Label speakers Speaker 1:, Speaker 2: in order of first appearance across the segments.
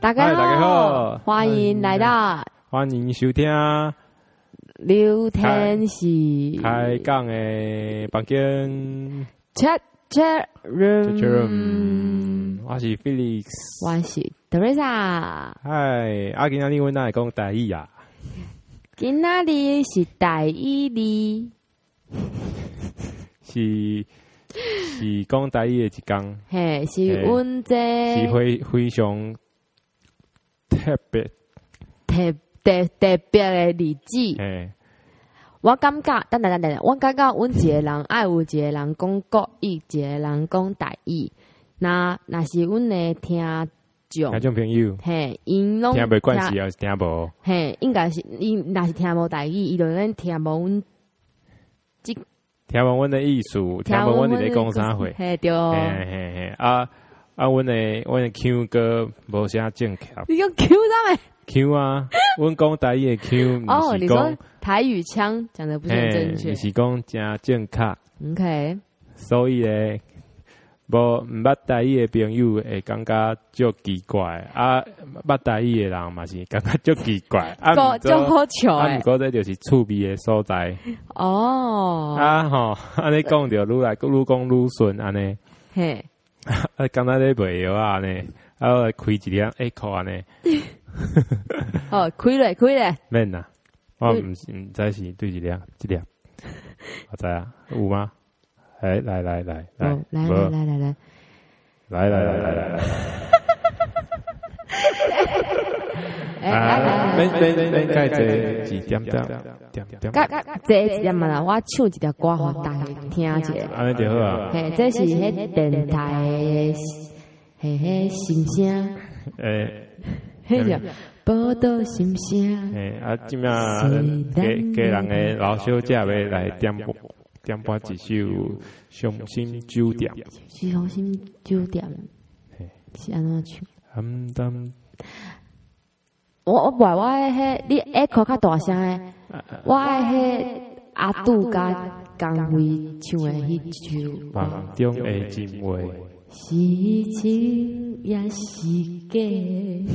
Speaker 1: 大家
Speaker 2: 嗨大家好
Speaker 1: 欢迎来到
Speaker 2: 欢迎收听
Speaker 1: 刘天喜
Speaker 2: 开讲的房间。
Speaker 1: Chat Chat
Speaker 2: 这
Speaker 1: Room，
Speaker 2: 嗯，我是 Felix。
Speaker 1: 我是 Teresa，
Speaker 2: 嗨，阿今仔日阮哪会讲台语啊？
Speaker 1: 今仔日是第一日，
Speaker 2: 是是讲台语的一天，
Speaker 1: 嘿，是
Speaker 2: 嘿
Speaker 1: 阮这
Speaker 2: 是非非常特别。
Speaker 1: 特特特别的日子。
Speaker 2: 嘿，
Speaker 1: 我感觉，等等等等，我感觉阮一个人爱有一个人讲国语，一个人讲台语，那那是阮的听众
Speaker 2: 听。众朋友，
Speaker 1: 嘿，因拢
Speaker 2: 听袂惯
Speaker 1: 听
Speaker 2: 是还是听无？
Speaker 1: 嘿，应该是伊若是听无台语，伊就咱听无阮
Speaker 2: 听无阮的意思，听无阮伫咧讲啥货？
Speaker 1: 嘿，对，
Speaker 2: 嘿嘿嘿，啊啊，阮的阮的 Q 歌无啥正确。
Speaker 1: 你讲 Q 啥咪？
Speaker 2: Q 啊，阮讲台语的 Q，
Speaker 1: 哦，
Speaker 2: 毋
Speaker 1: 你
Speaker 2: 嗯是
Speaker 1: 说
Speaker 2: 讲，
Speaker 1: 台语腔讲的不是很正确
Speaker 2: 毋是讲真正确，
Speaker 1: ，OK，
Speaker 2: 所以咧，无毋捌台语的朋友会感觉足奇怪，啊，捌台语的人嘛是感觉足奇 怪，啊，
Speaker 1: 够
Speaker 2: 毋
Speaker 1: 就
Speaker 2: 过
Speaker 1: 好笑
Speaker 2: 啊，
Speaker 1: 诶
Speaker 2: 毋，过这就是趣味的所在，
Speaker 1: 哦，
Speaker 2: 啊吼，安尼讲着愈来愈讲愈顺安尼，
Speaker 1: 嘿，
Speaker 2: 啊，感觉咧袂晓啊安尼，啊，我来开一点 echo 安尼，
Speaker 1: 好，哦开嘞开嘞，
Speaker 2: 免啦，我
Speaker 1: 嗯
Speaker 2: 毋是毋知是对一两一两， 我知啊，有吗？来来来来来
Speaker 1: 哦来
Speaker 2: 无啊
Speaker 1: 来来来来，
Speaker 2: 来来来来来来，
Speaker 1: 哎来来来，
Speaker 2: 啊免免免改这几点点点点，
Speaker 1: 甲这一点嘛啦，我唱一条歌互大家听一下。
Speaker 2: 安尼就好啊。
Speaker 1: 嘿，这是迄电台的，嘿嘿心声，
Speaker 2: 诶
Speaker 1: 嘿叫报道心声，
Speaker 2: 诶，啊，即摆家家人诶老小姐要来点播点播一首《伤心酒店》。
Speaker 1: 是红心酒店
Speaker 2: 嘿，
Speaker 1: 是安怎唱？
Speaker 2: 嗯，当
Speaker 1: 我我袂我爱迄你 echo 较大声诶，我爱迄阿杜甲江蕙唱诶迄首歌，
Speaker 2: 梦中诶真话，
Speaker 1: 是情也是假，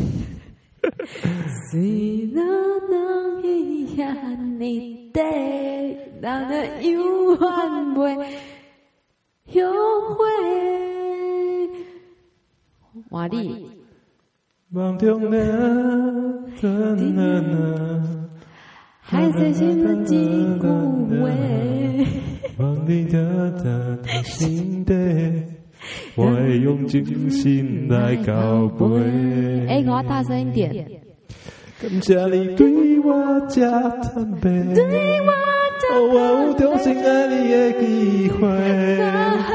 Speaker 1: 谁人能去遐尼短，人的永远袂后悔。换你。
Speaker 2: 梦中的真啊。
Speaker 1: 海水心的几句话，
Speaker 2: 望你踏踏在心底，我会用真心来交杯。
Speaker 1: 哎，给我大声一点。
Speaker 2: 感谢你对我这坦白，对我我有重新爱你的机会。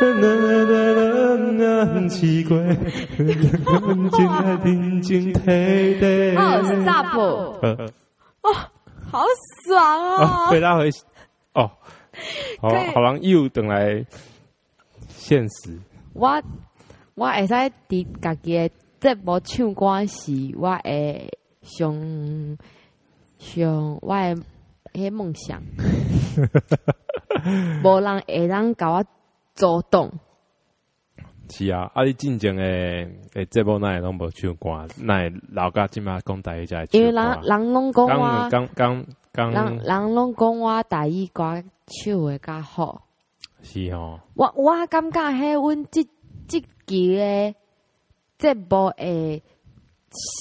Speaker 2: 啦啦啦啦，试过，真爱认真体贴。
Speaker 1: 哦，stop！
Speaker 2: 呃，
Speaker 1: 好爽
Speaker 2: 啊，
Speaker 1: 哦
Speaker 2: 回！到回哦，好
Speaker 1: 可以
Speaker 2: 好人又等来现实。
Speaker 1: 我我会使伫家己的节目唱歌时，我会上上我的迄梦 想，无人会当甲我阻挡。
Speaker 2: 是啊，啊你进前诶诶节目哪会拢无唱歌，哪会老家即马讲台语才会
Speaker 1: 因为啊
Speaker 2: 唱
Speaker 1: 人
Speaker 2: 歌。
Speaker 1: 人拢讲我
Speaker 2: 刚，刚刚
Speaker 1: 人
Speaker 2: 刚
Speaker 1: 人拢讲我大语歌唱的较好。
Speaker 2: 是哦吼，
Speaker 1: 我我感觉迄阮即即期诶节目诶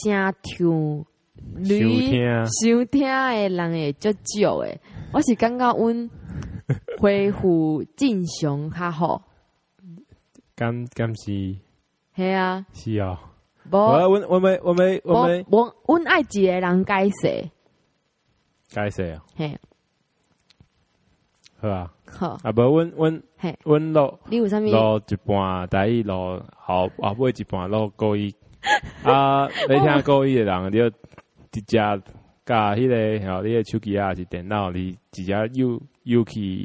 Speaker 1: 声唱
Speaker 2: 收听
Speaker 1: 收听诶人会足少诶，我是感觉 阮恢复正常较好，
Speaker 2: 敢敢是
Speaker 1: 系啊，
Speaker 2: 是哦。
Speaker 1: 无
Speaker 2: 我我我们我们
Speaker 1: 无
Speaker 2: 我们
Speaker 1: 无阮爱一个人解释，
Speaker 2: 解释啊，
Speaker 1: 嘿，
Speaker 2: 好啊，
Speaker 1: 好，
Speaker 2: 啊无阮阮
Speaker 1: 嘿
Speaker 2: 阮录
Speaker 1: 你有啥物？
Speaker 2: 录一半台语录后后尾一半录 故意啊，你听故意诶人你就直接甲迄个吼你诶手机啊还是电脑你直接又又去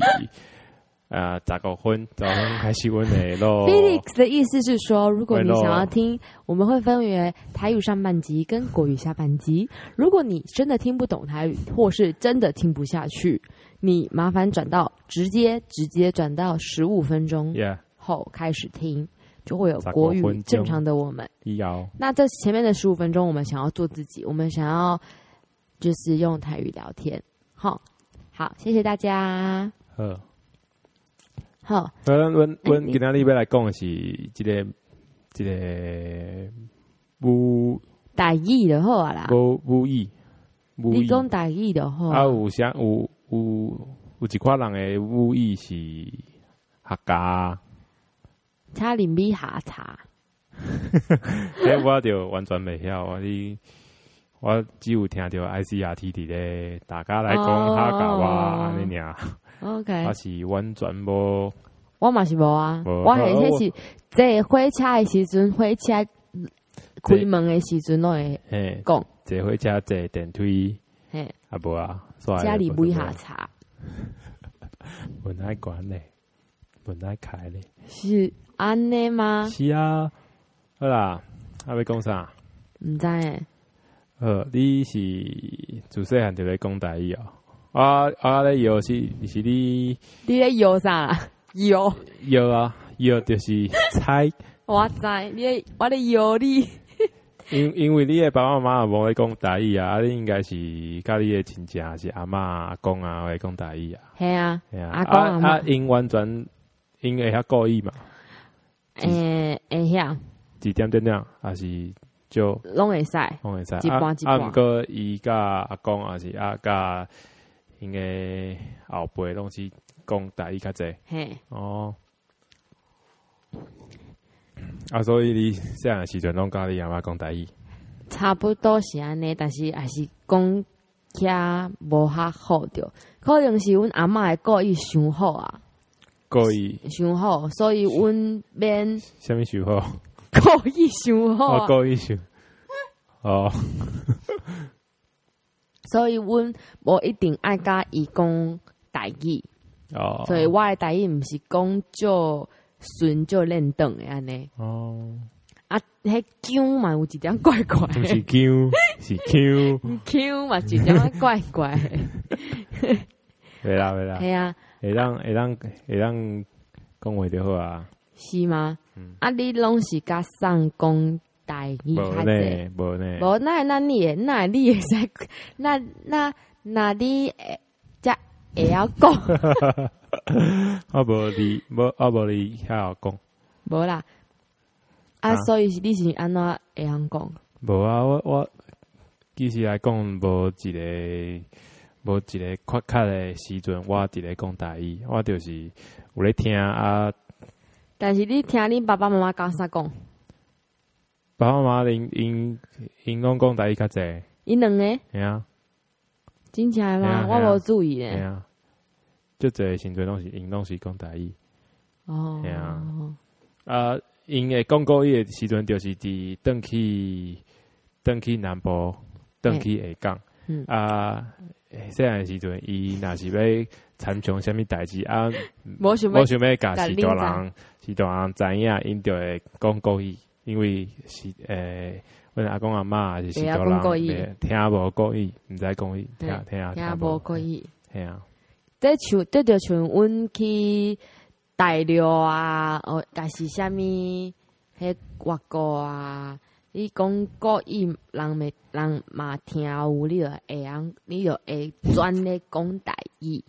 Speaker 2: 啊十五分十五分开始阮诶录。
Speaker 1: Felix 的意思是说，如果你
Speaker 2: 会咯
Speaker 1: 想要听，我们会分为台语上半集跟国语下半集。如果你真的听不懂台语，或是真的听不下去，你麻烦转到直接直接转到十五分钟
Speaker 2: Yeah，
Speaker 1: 后开始听。就会有
Speaker 2: 15
Speaker 1: 国
Speaker 2: 分
Speaker 1: 语
Speaker 2: 钟
Speaker 1: 正常的我们。
Speaker 2: 以后
Speaker 1: 那这前面的十五分钟，我们想要做自己，我们想要就是用台语聊天。好，好，谢谢大家。
Speaker 2: 好。
Speaker 1: 好，
Speaker 2: 呃，阮阮
Speaker 1: 嗯
Speaker 2: 今仔日要来讲的是一个一个武
Speaker 1: 大意就好啊啦，
Speaker 2: 武武艺武
Speaker 1: 你
Speaker 2: 艺，
Speaker 1: 讲大意就好。
Speaker 2: 啊有啥有有有一款人的武艺是客 家，
Speaker 1: 差林米下茶，
Speaker 2: 哎，我就完全袂晓，我你我只有听着 I C R T 伫咧，大家来讲
Speaker 1: 哦
Speaker 2: 客家话安尼尔，
Speaker 1: OK，
Speaker 2: 我是完全无
Speaker 1: 我嘛啊是无啊，
Speaker 2: 无
Speaker 1: 我迄迄是坐火车的时阵，火车开门的时阵，拢会
Speaker 2: 嘿，
Speaker 1: 讲，
Speaker 2: 坐火车坐电梯
Speaker 1: 嘿，
Speaker 2: 啊无啊，煞
Speaker 1: 家里米下茶
Speaker 2: 本来管嘞，本来开嘞。
Speaker 1: 是安尼吗？
Speaker 2: 是啊，好啦，啊要讲啥？
Speaker 1: 毋知诶，
Speaker 2: 呃，你是自细汉就咧讲台语哦。啊啊咧摇是是你
Speaker 1: 你咧摇啥啦？摇，
Speaker 2: 摇啊摇就是猜，
Speaker 1: 我知，你咧我咧摇你，
Speaker 2: 因因为你的爸爸妈妈无咧讲台语啊，啊你应该是家你的亲戚还是阿嬷阿公啊会讲台语啊。
Speaker 1: 系啊，
Speaker 2: 嘿啊
Speaker 1: 阿公阿
Speaker 2: 啊
Speaker 1: 嬷
Speaker 2: 啊，因完全因会晓故意嘛，
Speaker 1: 啊诶会晓，
Speaker 2: 一点点点还是就
Speaker 1: 拢会使，
Speaker 2: 我会使
Speaker 1: 一半
Speaker 2: 啊
Speaker 1: 一
Speaker 2: 啊，
Speaker 1: 半
Speaker 2: 毋过伊甲阿公也是啊甲应该后辈拢是讲台语较济
Speaker 1: 嘿，
Speaker 2: 哦。啊，所以你细汉的时阵拢教你阿妈讲台语，
Speaker 1: 差不多是安尼，但是还是讲遐无较好着，可能是阮阿嬷诶故意想好啊。
Speaker 2: 故意
Speaker 1: 想好，所以阮免
Speaker 2: 虾米时候？
Speaker 1: 哦故意想好
Speaker 2: 哦，
Speaker 1: 啊，
Speaker 2: 故意想哦，
Speaker 1: 所以阮无一定爱甲伊讲台语，
Speaker 2: 哦，
Speaker 1: 所以我诶台语毋是讲就顺就练等诶安尼。
Speaker 2: 哦，
Speaker 1: 啊，迄腔嘛有一点怪怪
Speaker 2: 毋 是 Q 是 Q，
Speaker 1: ，Q 嘛有一点仔怪 怪的，
Speaker 2: 袂啦袂啦，
Speaker 1: 系啊，
Speaker 2: 会当会当会当讲话就好啊，
Speaker 1: 是吗
Speaker 2: 嗯？
Speaker 1: 啊，你拢是甲上讲台语
Speaker 2: 无
Speaker 1: 较济。
Speaker 2: 呢无呢，
Speaker 1: 无，那那你也那你也在，那那那你会才会晓讲，
Speaker 2: 啊无你无啊无你遐讲。
Speaker 1: 无啦。啊
Speaker 2: 啊，
Speaker 1: 所以是你是安怎会晓讲？
Speaker 2: 无啊，我我其实来讲无一个无一个缺卡的时阵，我伫咧讲台语，我就是有咧听啊，
Speaker 1: 但是你听恁爸爸妈妈讲啥讲？
Speaker 2: 爸爸妈妈因因因拢讲台语较济，
Speaker 1: 因两个
Speaker 2: 吓啊
Speaker 1: 真正的吗？
Speaker 2: 嘿啊嘿啊
Speaker 1: 我无注意
Speaker 2: 吓
Speaker 1: 呢。
Speaker 2: 啊，即个时阵拢是因拢是讲台语
Speaker 1: 哦
Speaker 2: 嘿啊，啊，因会讲国语的时阵，就是伫转去转去南部，转去下港。
Speaker 1: 嗯
Speaker 2: 啊，细汉的时阵，伊若是要参详什物代志啊？
Speaker 1: 无想要
Speaker 2: 我想要甲是大人，是大人知影，因就会讲国语，因为是诶，阮、阿公阿嬷也是是大
Speaker 1: 会晓讲国
Speaker 2: 人，
Speaker 1: 语
Speaker 2: 袂听无国语，毋知国语，听
Speaker 1: 嘿
Speaker 2: 听
Speaker 1: 听无
Speaker 2: 无，
Speaker 1: 可以。
Speaker 2: 嘿啊，
Speaker 1: 这像这就像阮去大陆啊，哦，但是啥物迄外国啊，你讲国语人咪人嘛听有，你就会晓，你就会专咧讲台语。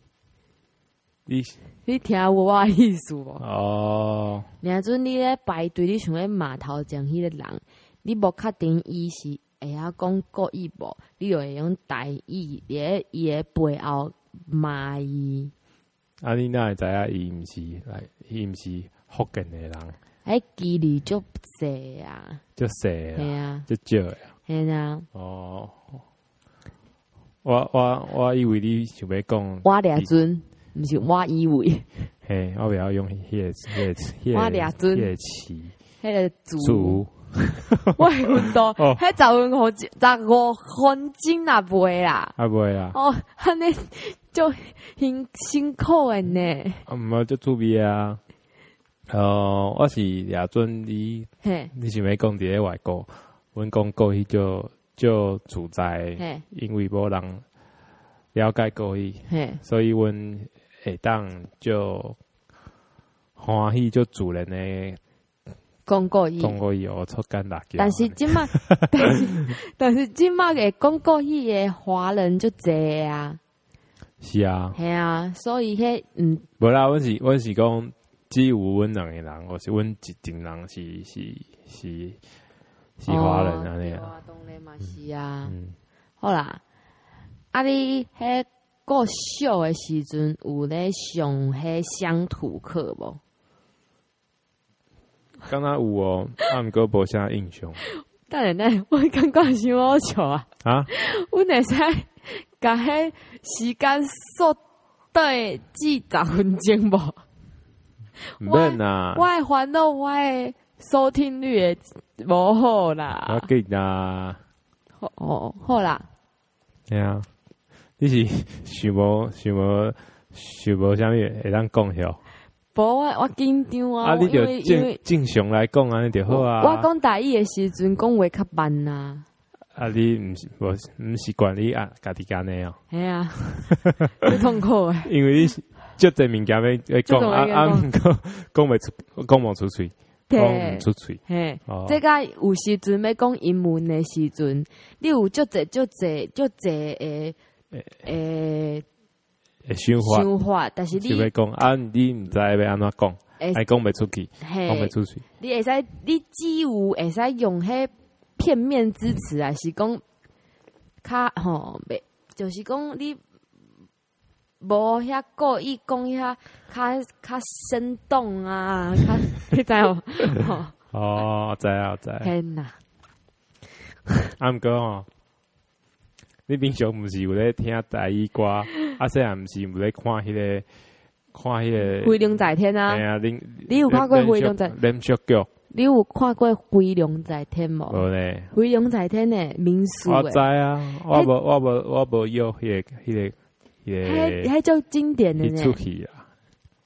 Speaker 2: 你
Speaker 1: 你听有我的意思无？
Speaker 2: 哦，
Speaker 1: 明阵你咧排队，你想要码头前迄个人，你无确定伊是会晓讲国语无，你就会用台语伫咧伊诶背后骂伊。
Speaker 2: 啊，你哪会知影伊毋是来，伊毋是福建的人，
Speaker 1: 哎，距离就济啊，
Speaker 2: 就细
Speaker 1: 系
Speaker 2: 啦，
Speaker 1: 啊，
Speaker 2: 就少的啦
Speaker 1: 系啊，
Speaker 2: 哦。我我我以为你想要讲，
Speaker 1: 我俩阵毋是我以为，
Speaker 2: 嘿，我不要用迄个迄个迄
Speaker 1: 我
Speaker 2: 个
Speaker 1: 俩准
Speaker 2: 迄个词
Speaker 1: 迄个主，
Speaker 2: 主。
Speaker 1: 我会 运动，
Speaker 2: 哦
Speaker 1: 迄十分五十五分钟也袂啦，
Speaker 2: 啊，袂啦，
Speaker 1: 哦，安尼就辛辛苦诶呢，
Speaker 2: 啊，毋好就趣味啊。呃，我是亚阵你，
Speaker 1: 嘿，
Speaker 2: 你想要讲伫咧外国，阮讲国语就就自在，
Speaker 1: 嘿，
Speaker 2: 因为无人了解国语，
Speaker 1: 嘿，
Speaker 2: 所以阮会当就欢喜就自然诶
Speaker 1: 讲国语，
Speaker 2: 中国语哦，出干辣椒。
Speaker 1: 但是即麦， 但是但是即麦嘅讲国语嘅华人就侪啊，
Speaker 2: 是啊，
Speaker 1: 系啊，所以迄嗯
Speaker 2: 无啦，阮是阮是讲，只有阮两个人，哦我是阮一群人是是是是华人安尼
Speaker 1: 哦对
Speaker 2: 啊，
Speaker 1: 啊，当然嘛是啊，
Speaker 2: 嗯，
Speaker 1: 好啦，啊你迄国小诶时阵有咧上迄乡土课无？
Speaker 2: 敢若有哦，啊毋过无啥印象
Speaker 1: 当然咧，我感觉想好笑啊。
Speaker 2: 啊，
Speaker 1: 阮会使甲迄时间缩短至十分钟无？
Speaker 2: 毋免啊
Speaker 1: 我，诶烦恼，我诶收听率会无好
Speaker 2: 啊
Speaker 1: 啦。
Speaker 2: 紧啊，
Speaker 1: 好哦，好啦，
Speaker 2: 对啊，你是 想无想无想无啥物会当讲晓
Speaker 1: 无我我紧张啊，
Speaker 2: 啊，
Speaker 1: 我
Speaker 2: 你
Speaker 1: 因
Speaker 2: 就
Speaker 1: 为因
Speaker 2: 正
Speaker 1: 为
Speaker 2: 正常来讲安尼就好啊，
Speaker 1: 我讲大意诶时阵讲话较慢啊，
Speaker 2: 啊，你毋是无毋是管你啊家己干诶哦。
Speaker 1: 系啊， 最痛苦 诶。
Speaker 2: 因为你即个物件要要讲
Speaker 1: 这种
Speaker 2: 啊
Speaker 1: 物件
Speaker 2: 啊，毋过讲袂出，讲无出喙，讲
Speaker 1: 对
Speaker 2: 毋，出喙。
Speaker 1: 嘿。
Speaker 2: 哦，
Speaker 1: 这个有时阵要讲英文的时阵，你有足侪足侪足侪诶诶
Speaker 2: 会想法
Speaker 1: 想法，但是
Speaker 2: 是要
Speaker 1: 你
Speaker 2: 讲啊，你毋知要安怎讲，
Speaker 1: 会
Speaker 2: 爱讲袂出去，讲
Speaker 1: 嘿
Speaker 2: 袂，出喙。
Speaker 1: 你会使你只有会使用迄片面之词啊，是讲较吼，袂就是讲你无遐故意讲遐较较生动啊，较 你知无？吼，
Speaker 2: 哦，我知啊，我知啊。
Speaker 1: 天哪！
Speaker 2: 啊，毋过吼，你平常毋是有咧听台语歌，啊，细汉毋是有咧看迄个看迄
Speaker 1: 飞
Speaker 2: 个。
Speaker 1: 龙在天啊
Speaker 2: 哎！呀，恁
Speaker 1: 你有看过
Speaker 2: 恁
Speaker 1: 飞龙在
Speaker 2: 恁小剧
Speaker 1: 你有看过飞龙在天无？
Speaker 2: 无咧？
Speaker 1: 飞龙在天的民俗
Speaker 2: 哦我知
Speaker 1: 诶，
Speaker 2: 啊，我无我无我无约迄个迄个迄
Speaker 1: 迄
Speaker 2: 个。
Speaker 1: 迄种经典的
Speaker 2: 你出
Speaker 1: 呢。
Speaker 2: 去啊！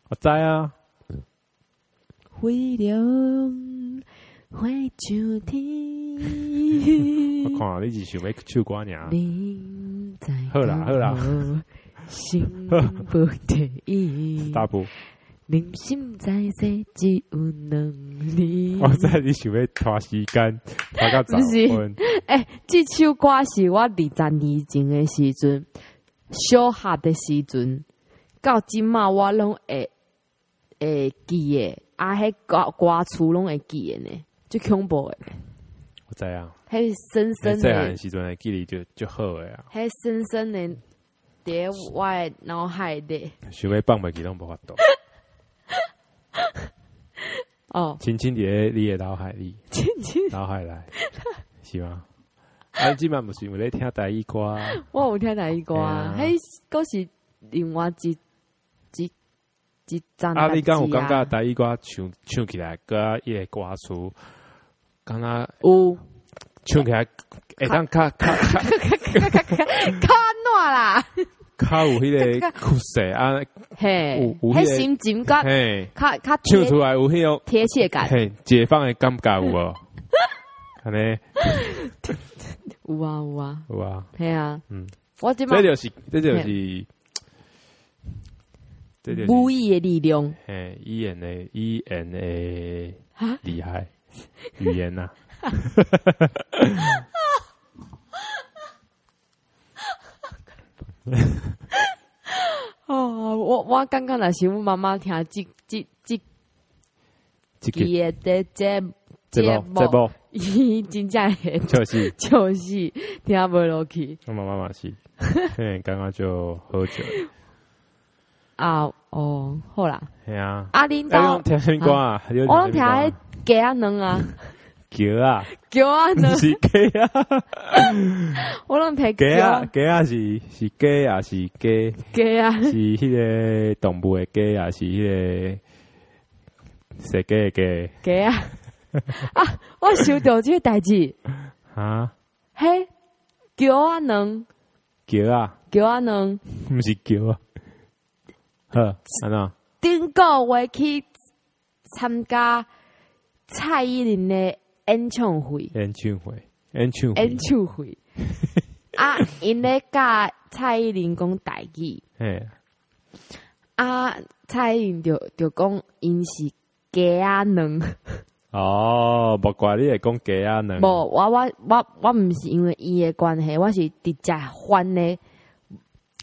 Speaker 2: 我知啊，
Speaker 1: 飞龙飞上
Speaker 2: 我
Speaker 1: 天。
Speaker 2: 看你是想要唱歌尔。
Speaker 1: 你在
Speaker 2: 好啦好啦，
Speaker 1: 心不得 已，
Speaker 2: 大步，
Speaker 1: 人心在世只有两 你
Speaker 2: 我。知你想要拖时间，拖到早
Speaker 1: 不是
Speaker 2: 昏。
Speaker 1: 哎、这首歌是我二十年前的时阵，小学的时阵，到今嘛我拢会会记的，啊，迄歌歌词拢会记的呢，就恐怖的，
Speaker 2: 我知 啊，
Speaker 1: 迄深
Speaker 2: 你
Speaker 1: 深
Speaker 2: 细汉
Speaker 1: 的
Speaker 2: 的，时阵的记忆就就好诶啊，
Speaker 1: 迄深深的，在我的脑海里。
Speaker 2: 想要放袂记拢无法度，
Speaker 1: 哦，
Speaker 2: 轻轻伫咧你诶脑海里，
Speaker 1: 亲亲。
Speaker 2: 脑海内是吗？啊，即满毋是有咧听台语歌啊，
Speaker 1: 我有听哪一个啊？
Speaker 2: 嘿
Speaker 1: 迄嗰是另外一一一站
Speaker 2: 啊，你敢有感觉台语歌唱唱起来，甲伊诶歌词，敢若
Speaker 1: 有，
Speaker 2: 唱起来会当较较较
Speaker 1: 较暖啦，
Speaker 2: 较有 迄个趋势啊，
Speaker 1: 嘿，
Speaker 2: 有有那
Speaker 1: 迄
Speaker 2: 个
Speaker 1: 心情较
Speaker 2: 嘿。
Speaker 1: 较较
Speaker 2: 唱
Speaker 1: 贴
Speaker 2: 出来有迄种
Speaker 1: 贴切感
Speaker 2: 嘿解放的感 觉有无？安尼
Speaker 1: 有啊有啊，
Speaker 2: 有啊，
Speaker 1: 嘿啊，
Speaker 2: 嗯，
Speaker 1: 我即摆
Speaker 2: 这就是这就是这就是
Speaker 1: 无意的力量
Speaker 2: 嘿，E 语言的语言的
Speaker 1: 啊，
Speaker 2: 厉害，语言啊 呐、
Speaker 1: 哦，我我感觉若是阮妈妈听即即即
Speaker 2: 这个
Speaker 1: 期的这这
Speaker 2: 这
Speaker 1: 节
Speaker 2: 部这部
Speaker 1: 伊真正会
Speaker 2: 就是
Speaker 1: 就是听袂落去
Speaker 2: 我妈妈嘛是，嘿，刚刚就喝酒，
Speaker 1: 啊，哦，好啦，
Speaker 2: 嘿 啊，
Speaker 1: 啊，恁
Speaker 2: 哎，我
Speaker 1: 兜。
Speaker 2: 听什么歌啊？你有
Speaker 1: 我拢听
Speaker 2: 什么
Speaker 1: 迄
Speaker 2: 歌啊
Speaker 1: 鸡仔卵啊，
Speaker 2: 桥啊，
Speaker 1: 鸡仔
Speaker 2: 不
Speaker 1: 卵，
Speaker 2: 是鸡啊，
Speaker 1: 我拢听
Speaker 2: 鸡
Speaker 1: 鸡
Speaker 2: 啊
Speaker 1: 仔
Speaker 2: 鸡啊是是鸡啊是鸡。
Speaker 1: 鸡仔
Speaker 2: 是迄个动物的鸡，也是迄个设计的鸡
Speaker 1: 鸡仔 啊！我想到即个代志，
Speaker 2: 啊？
Speaker 1: 嘿，鸡仔卵，
Speaker 2: 桥啊，
Speaker 1: 鸡仔卵，
Speaker 2: 毋是桥啊。好，安怎
Speaker 1: 顶个月去参加蔡依林的演唱会，
Speaker 2: 演唱会，演唱会
Speaker 1: 演，唱 会啊，因咧教蔡依林讲代志
Speaker 2: 嘿，
Speaker 1: 啊，蔡依林就就讲因是鸡仔卵。
Speaker 2: 哦，莫怪你会讲鸡啊卵，
Speaker 1: 无，我我我我毋是因为伊诶关系，我是直接翻诶。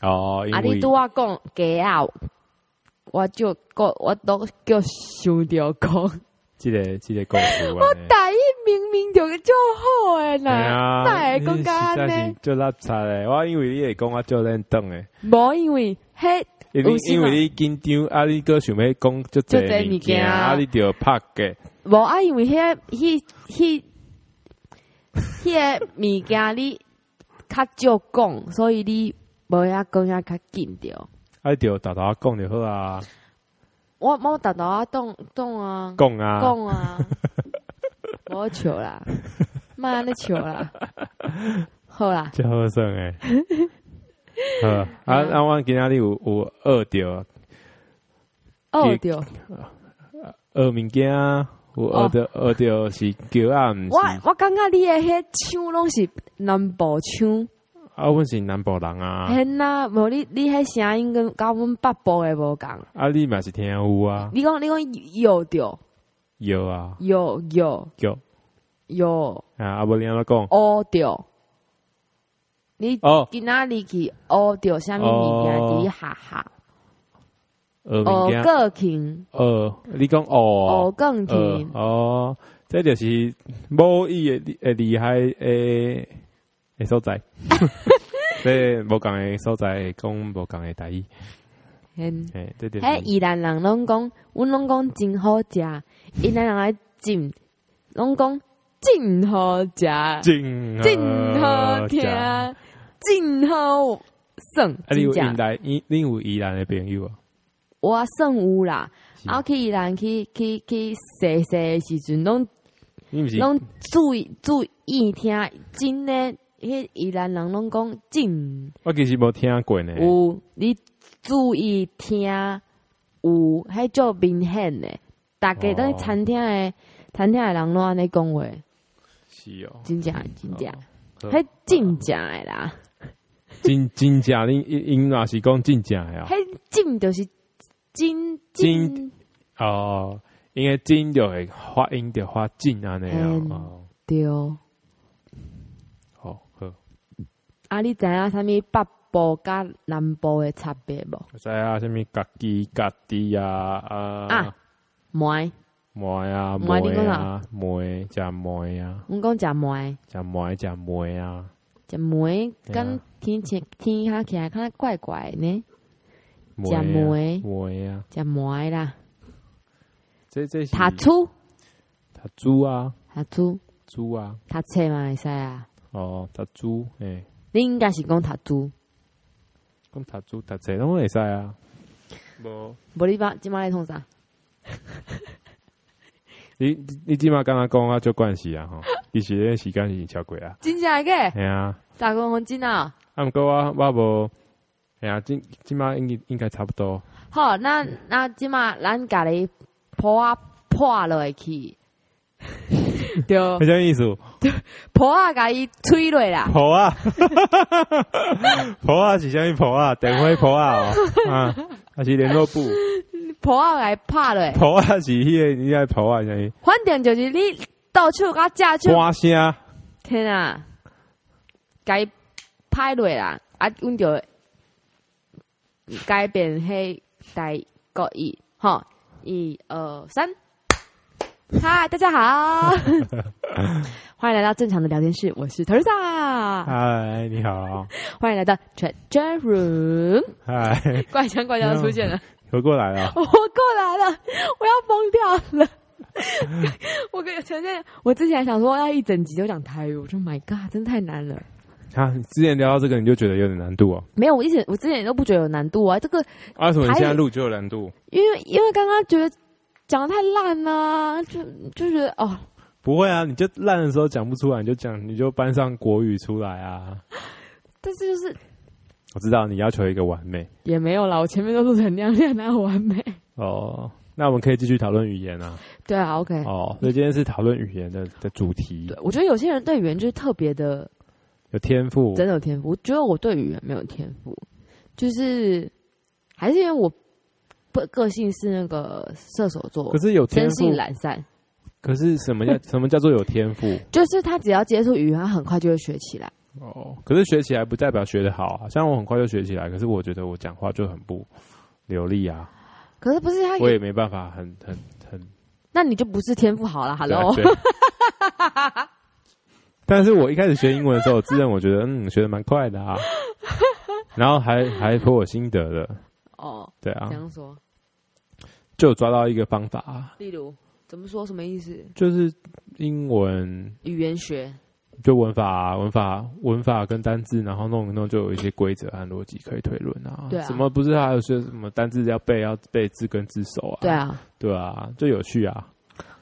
Speaker 2: 哦，因
Speaker 1: 啊，你
Speaker 2: 为
Speaker 1: 拄我讲鸡啊，我就个我都叫想着讲，
Speaker 2: 即个即个故事啊，我
Speaker 1: 大一明明就足好诶
Speaker 2: 哎
Speaker 1: 呐，哪
Speaker 2: 呀，
Speaker 1: 会
Speaker 2: 你
Speaker 1: 讲
Speaker 2: 实
Speaker 1: 甲安
Speaker 2: 在 是
Speaker 1: 尼？
Speaker 2: 做垃圾诶！我以为你会讲啊我做恁当诶，
Speaker 1: 无因为迄
Speaker 2: 因
Speaker 1: 有
Speaker 2: 为
Speaker 1: 时
Speaker 2: 因
Speaker 1: 嘛
Speaker 2: 为你紧张啊，你哥想要讲就
Speaker 1: 这
Speaker 2: 这
Speaker 1: 物
Speaker 2: 物
Speaker 1: 件
Speaker 2: 件啊，你就拍嘅。
Speaker 1: 无啊，因为迄迄迄 迄个物件你较少讲，所以你无遐讲遐较紧着。
Speaker 2: 啊，你就头头仔讲就好啊，
Speaker 1: 我我达到啊，动动啊，
Speaker 2: 讲啊，
Speaker 1: 讲啊，无笑啦，莫安尼笑啦，好啦，
Speaker 2: 最好耍 诶。好啊，
Speaker 1: 嗯
Speaker 2: 啊，我今仔日有有学着
Speaker 1: 哦着，
Speaker 2: 学物件啊，有学着学着是叫啊，
Speaker 1: 哦
Speaker 2: 毋
Speaker 1: 我
Speaker 2: 是
Speaker 1: 我感觉你诶迄唱拢是南部唱，
Speaker 2: 啊，阮是南部人啊，
Speaker 1: 迄呐无你你迄声音跟甲阮北部诶无共。
Speaker 2: 啊，你嘛是听有啊，
Speaker 1: 你讲你讲有着
Speaker 2: 有啊，
Speaker 1: 有有
Speaker 2: 有
Speaker 1: 有
Speaker 2: 啊，啊，无你安怎讲？
Speaker 1: 哦着，你
Speaker 2: 哦，
Speaker 1: 今仔日去哦着啥物物件
Speaker 2: 哦
Speaker 1: 伫哈哈，
Speaker 2: 学物
Speaker 1: 哦
Speaker 2: 件，
Speaker 1: 钢琴，
Speaker 2: 学，你讲哦
Speaker 1: 哦。钢
Speaker 2: 呃
Speaker 1: 琴，
Speaker 2: 哦，这就是某伊诶诶厉害诶诶所在， 这无共诶所在会讲无共诶代志，
Speaker 1: 嗯。
Speaker 2: 诶，这就是
Speaker 1: 迄宜兰人拢讲，阮拢讲真好食，宜兰人来浸，拢讲真好食，
Speaker 2: 真
Speaker 1: 真好听
Speaker 2: 食啊，，
Speaker 1: 真好算
Speaker 2: 你有
Speaker 1: 真正
Speaker 2: 因来，你你有宜兰诶朋友啊？
Speaker 1: 我算有啦，
Speaker 2: 是
Speaker 1: 啊去宜兰去去去踅踅的时阵，拢
Speaker 2: 你毋是
Speaker 1: 拢注意注意听，真诶，迄宜兰人拢讲真
Speaker 2: 我其实无听过呢，
Speaker 1: 有，你注意听有，迄就明显诶。大家
Speaker 2: 哦
Speaker 1: 都是餐厅诶，餐厅诶人拢安尼讲话，
Speaker 2: 是哦，
Speaker 1: 真正的真正的，
Speaker 2: 好
Speaker 1: 迄真正诶啦，
Speaker 2: 真真正你因因若是讲真正诶啊，
Speaker 1: 迄真就是真
Speaker 2: 真
Speaker 1: 真
Speaker 2: 哦，因为真就会发音就发真安尼啊
Speaker 1: 嗯，
Speaker 2: 哦，
Speaker 1: 对。
Speaker 2: 好好。
Speaker 1: 啊，你知影啥物北部甲南部诶差别无？
Speaker 2: 知啊，什物家己家己啊啊
Speaker 1: 啊，糜，
Speaker 2: 糜啊
Speaker 1: 糜你
Speaker 2: 糜
Speaker 1: 讲
Speaker 2: 啊糜，食糜啊，
Speaker 1: 阮讲食糜，
Speaker 2: 食糜食糜啊，
Speaker 1: 食糜，
Speaker 2: 对啊
Speaker 1: 敢天气天下起来敢若怪怪的呢，
Speaker 2: 糜
Speaker 1: 食
Speaker 2: 啊
Speaker 1: 糜
Speaker 2: 糜啊，
Speaker 1: 食糜啦，
Speaker 2: 这这是
Speaker 1: 读书
Speaker 2: 读猪啊
Speaker 1: 读书
Speaker 2: 猪啊，
Speaker 1: 读册嘛会使啊。
Speaker 2: 哦读猪诶，
Speaker 1: 你应该是讲读书，
Speaker 2: 讲读猪读册拢会使啊，无
Speaker 1: 无你把即摆咧创啥？
Speaker 2: 你你即马刚刚讲啊，就关系啊吼，其实那个时间已经超过啊，
Speaker 1: 真正个，
Speaker 2: 系啊，
Speaker 1: 十五分钟啊！
Speaker 2: 啊毋过我我无，系啊，即即马应该应该差不多，
Speaker 1: 好，那那即摆咱家己破啊破落去， 着
Speaker 2: 迄种意思。
Speaker 1: 破啊家己吹落啦，
Speaker 2: 婆啊， 婆啊是啥物婆啊？电话婆啊哦，啊，还是联络部？
Speaker 1: 破啊家己拍落，
Speaker 2: 婆啊是迄、个，你爱婆啊是啥
Speaker 1: 反正就是你到手甲正
Speaker 2: 物？
Speaker 1: 手，
Speaker 2: 歌声
Speaker 1: 天啊，家己拍落啦，啊，阮着改变迄代国语，吼，一二三，嗨，大家好， 欢迎来到正常的聊天室，我是 Teresa，
Speaker 2: 嗨，你好，
Speaker 1: 欢迎来到 Treasure Room，
Speaker 2: 嗨，
Speaker 1: 怪腔怪调出现了，
Speaker 2: 回过来了，
Speaker 1: 我过来了，我要疯掉了。 我跟你承认，我之前想说要一整集就讲台语，我说 My God，真太难了。
Speaker 2: 啊，你之前聊到这个你就觉得有点难度哦，
Speaker 1: 没有，我一直我之前都不觉得有难度啊。这个
Speaker 2: 啊，为什么你
Speaker 1: 还有
Speaker 2: 现在录就有难度？
Speaker 1: 因为因为刚刚觉得讲的太烂啦、就就觉得哦，
Speaker 2: 不会啊，你就烂的时候讲不出来，你就讲，你就搬上国语出来啊。
Speaker 1: 但是就是
Speaker 2: 我知道你要求一个完美
Speaker 1: 也没有啦，我前面都录成那样，现在哪有完美？
Speaker 2: 哦，那我们可以继续讨论语言啊。
Speaker 1: 对啊，OK。
Speaker 2: 哦，所以今天是讨论语言的的主题
Speaker 1: 对，，我觉得有些人对语言就是特别的，
Speaker 2: 有天赋，
Speaker 1: 真的有天赋。我觉得我对语言没有天赋，就是还是因为我不个性是那个射手座
Speaker 2: 可，是有天
Speaker 1: 天
Speaker 2: 赋
Speaker 1: 性懒散。
Speaker 2: 可是什么叫 什么叫做有天赋？
Speaker 1: 就是他只要接触语言，他很快就会学起来。
Speaker 2: 哦，可是学起来不代表学得好啊。像我很快就学起来，可是我觉得我讲话就很不流利啊，
Speaker 1: 可是不是他
Speaker 2: 我也没办法很很很
Speaker 1: 那你就不是天赋 好了，Hello，
Speaker 2: 对对啊 但是我一开始学英文的时候，我自认我觉得嗯学的蛮快 的啊，然后还还颇有心得的，
Speaker 1: 哦，
Speaker 2: 对
Speaker 1: 这
Speaker 2: 啊，
Speaker 1: 样说，
Speaker 2: 就有抓到一个方法啊，
Speaker 1: 例如怎么说什么意思？
Speaker 2: 就是英文
Speaker 1: 语言学
Speaker 2: 就文法、啊、文法、文法跟单字，然后弄一弄就有一些规则和逻辑可以推论啊。
Speaker 1: 对啊
Speaker 2: 什么不是还有些什么单字要背，要背字根字首啊？
Speaker 1: 对，啊，
Speaker 2: 对啊，就有趣啊。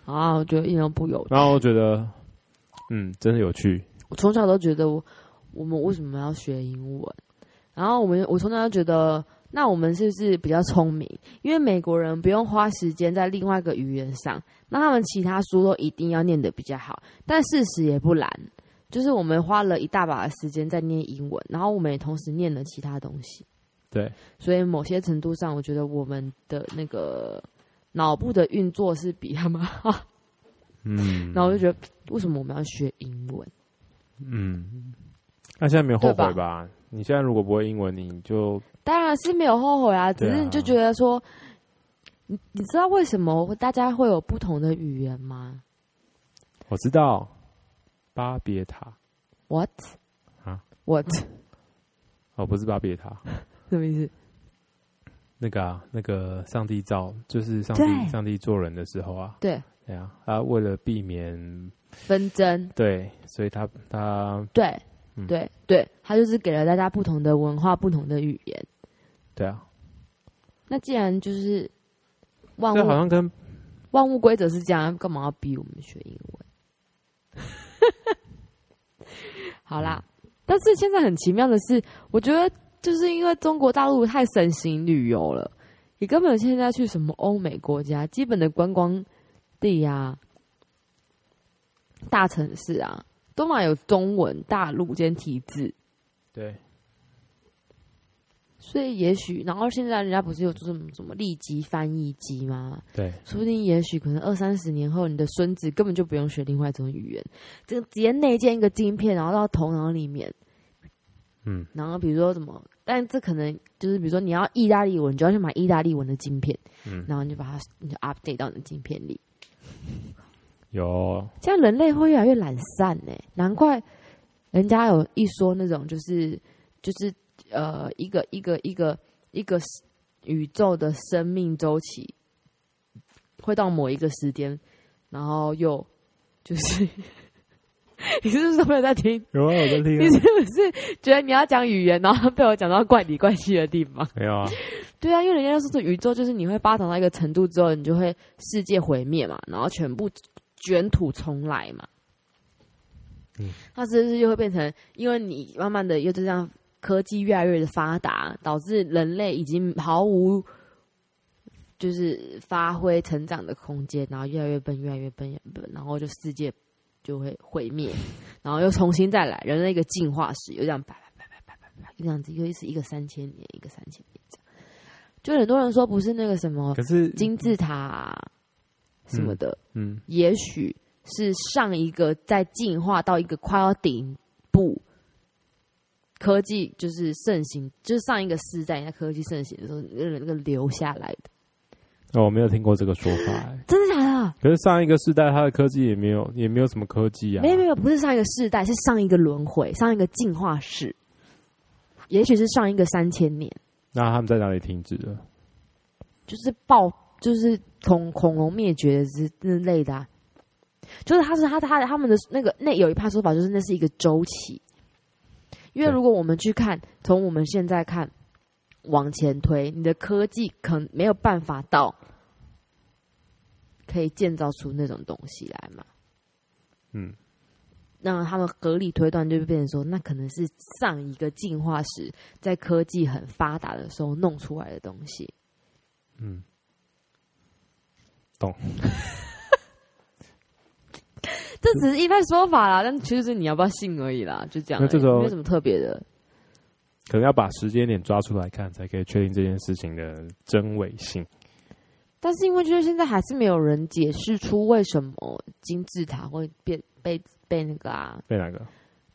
Speaker 1: 啊，我觉得一点都不有趣。
Speaker 2: 然后我觉得，嗯，真的有趣。
Speaker 1: 我从小都觉得我我们为什么要学英文？然后我们我从小就觉得，那我们是不是比较聪明？因为美国人不用花时间在另外一个语言上，那他们其他书都一定要念得比较好。但事实也不然，就是我们花了一大把的时间在念英文，然后我们也同时念了其他东西。
Speaker 2: 对，
Speaker 1: 所以某些程度上，我觉得我们的那个脑部的运作是比他们好。
Speaker 2: 嗯，
Speaker 1: 然后我就觉得，为什么我们要学英文？
Speaker 2: 嗯，那现在没有后悔吧？
Speaker 1: 对
Speaker 2: 你现在如果不会英文，你就
Speaker 1: 当然是没有后悔啊，只
Speaker 2: 对啊
Speaker 1: 是你就觉得说，你你知道为什么大家会有不同的语言吗
Speaker 2: 我知道巴别塔，
Speaker 1: ？What
Speaker 2: 啊
Speaker 1: What
Speaker 2: 哦，不是巴别塔，
Speaker 1: 什么意思？
Speaker 2: 那个啊，那个上帝造，就是上帝
Speaker 1: 对
Speaker 2: 上帝做人的时候啊，
Speaker 1: 对，
Speaker 2: 对啊，他为了避免
Speaker 1: 纷争，
Speaker 2: 对，所以他他
Speaker 1: 对，
Speaker 2: 嗯
Speaker 1: 对，对，他就是给了大家不同的文化、不同的语言。
Speaker 2: 对啊，
Speaker 1: 那既然就是万
Speaker 2: 这好
Speaker 1: 物
Speaker 2: 像跟
Speaker 1: 万物规则是这样，干嘛要逼我们学英文？ 好啦，但是现在很奇妙的是，我觉得就是因为中国大陆太盛行旅游了，你根本现在去什么欧美国家，基本的观光地啊、大城市啊，都嘛有中文、大陆兼体字，
Speaker 2: 对
Speaker 1: 所以也许，然后现在人家不是有做什么什么立即翻译机吗？
Speaker 2: 对
Speaker 1: 说不定也许可能二三十年后，你的孙子根本就不用学另外一种语言，这个直接内建一个晶片，然后到头脑里面，
Speaker 2: 嗯，
Speaker 1: 然后比如说什么，但这可能就是比如说你要意大利文，你就要去买意大利文的晶片，
Speaker 2: 嗯
Speaker 1: 然后你就把它你就 update 到你的晶片里，
Speaker 2: 有
Speaker 1: 这样人类会越来越懒散呢、难怪人家有一说那种就是就是呃一个一个一个一个宇宙的生命周期会到某一个时间，然后又就是 你是不是没有在听？
Speaker 2: 有啊，我在听
Speaker 1: 你是不是觉得你要讲语言，然后被我讲到怪里怪气的地方？
Speaker 2: 没有啊，
Speaker 1: 对啊，因为人家说这宇宙就是你会发展到一个程度之后，你就会世界毁灭嘛，然后全部卷土重来嘛。
Speaker 2: 嗯，
Speaker 1: 那是不是就会变成，因为你慢慢的又就这样科技越来越的发达，导致人类已经毫无就是发挥成长的空间，然后越来越笨，越来越笨，越来越笨然后就世界就会毁灭，然后又重新再来，人类一个进化史，又这样啪啪啪啪啪啪啪，就这样子，又是一个三千年，一个三千年这样。就很多人说不是那个什么
Speaker 2: 可是
Speaker 1: 金字塔、啊、什么的，
Speaker 2: 嗯
Speaker 1: 也许是上一个在进化到一个快要顶部，科技就是盛行，就是上一个世代在科技盛行的时候，那个那个留下来的，
Speaker 2: 哦，我没有听过这个说法、欸，
Speaker 1: 真的假的？
Speaker 2: 可是上一个世代它的科技也没有也没有什么科技啊，
Speaker 1: 没有没有，不是上一个世代，是上一个轮回，上一个进化史，也许是上一个三千年，
Speaker 2: 那他们在哪里停止了？
Speaker 1: 就是爆，就是恐恐龙灭绝之之类的、啊。就是他是他他他们的那个那有一派说法，就是那是一个周期，因为
Speaker 2: 对
Speaker 1: 如果我们去看，从我们现在看往前推，你的科技可能没有办法到可以建造出那种东西来嘛。
Speaker 2: 嗯，
Speaker 1: 那他们合理推断就变成说，那可能是上一个进化时在科技很发达的时候弄出来的东西。
Speaker 2: 嗯，懂。
Speaker 1: 这只是一般说法啦，但其实是你要不要信而已啦，就这样而已。
Speaker 2: 那这时候
Speaker 1: 没有什么特别的，
Speaker 2: 可能要把时间点抓出来看，才可以确定这件事情的真伪性。
Speaker 1: 但是因为就是现在还是没有人解释出为什么金字塔会变被被那个啊
Speaker 2: 被哪个？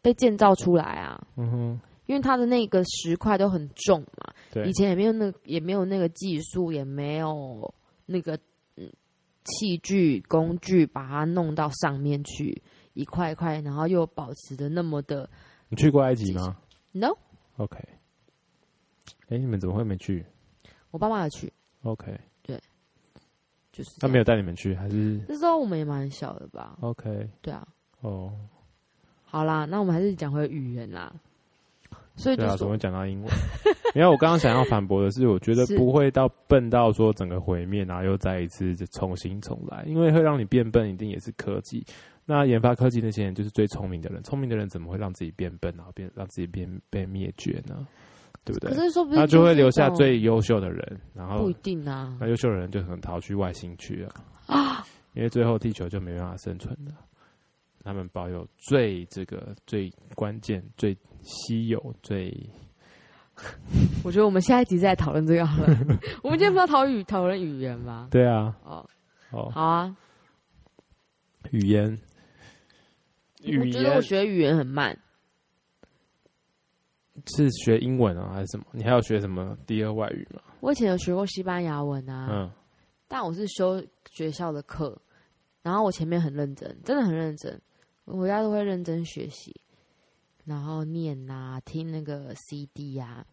Speaker 1: 被建造出来啊，
Speaker 2: 嗯哼，
Speaker 1: 因为它的那个石块都很重嘛，
Speaker 2: 对
Speaker 1: 以，前也没有那也没有那个技术，也没有那个嗯器具工具把它弄到上面去一块一块，然后又保持的那么的
Speaker 2: 你去过埃及吗
Speaker 1: no。
Speaker 2: ？OK，哎、你们怎么会没去
Speaker 1: 我爸妈有去，
Speaker 2: ？OK，
Speaker 1: 就是
Speaker 2: 他
Speaker 1: 这样
Speaker 2: 没有带你们去，还是
Speaker 1: 那时候我们也蛮小的吧？
Speaker 2: OK？
Speaker 1: 对啊，
Speaker 2: 哦，
Speaker 1: 好啦，那我们还是讲回语言啦。所以就
Speaker 2: 对啊，
Speaker 1: 是
Speaker 2: 怎么会讲到英文？因为我刚刚想要反驳的是，我觉得
Speaker 1: 是
Speaker 2: 不会到笨到说整个毁灭，然后又再一次就重新重来，因为会让你变笨，一定也是科技。那研发科技那些人就是最聪明的人，聪明的人怎么会让自己变笨，然后变让自己变被灭绝呢？对不对
Speaker 1: 可？是说不定
Speaker 2: 那就会
Speaker 1: 是
Speaker 2: 留下
Speaker 1: 那种
Speaker 2: 最优秀的人，然后哎
Speaker 1: 不一定啊。
Speaker 2: 那优秀的人就可能逃去外星去了因为最后地球就没办法生存了。他们保有最这个最关键、最稀有、最
Speaker 1: 我觉得我们下一集再讨论这个好了。 我们今天不要讨语讨论语言吗？
Speaker 2: 对啊
Speaker 1: 哦，
Speaker 2: 哦
Speaker 1: 好啊。
Speaker 2: 语言
Speaker 1: 我
Speaker 2: 语
Speaker 1: 觉得我
Speaker 2: 言
Speaker 1: 学语言很慢，
Speaker 2: 是学英文啊还是什么？你还要学什么第二外语吗？
Speaker 1: 我以前有学过西班牙文啊，
Speaker 2: 嗯，
Speaker 1: 但我是修学校的课，然后我前面很认真，真的很认真，我回家都会认真学习，然后念啊，听那个 CD 啊。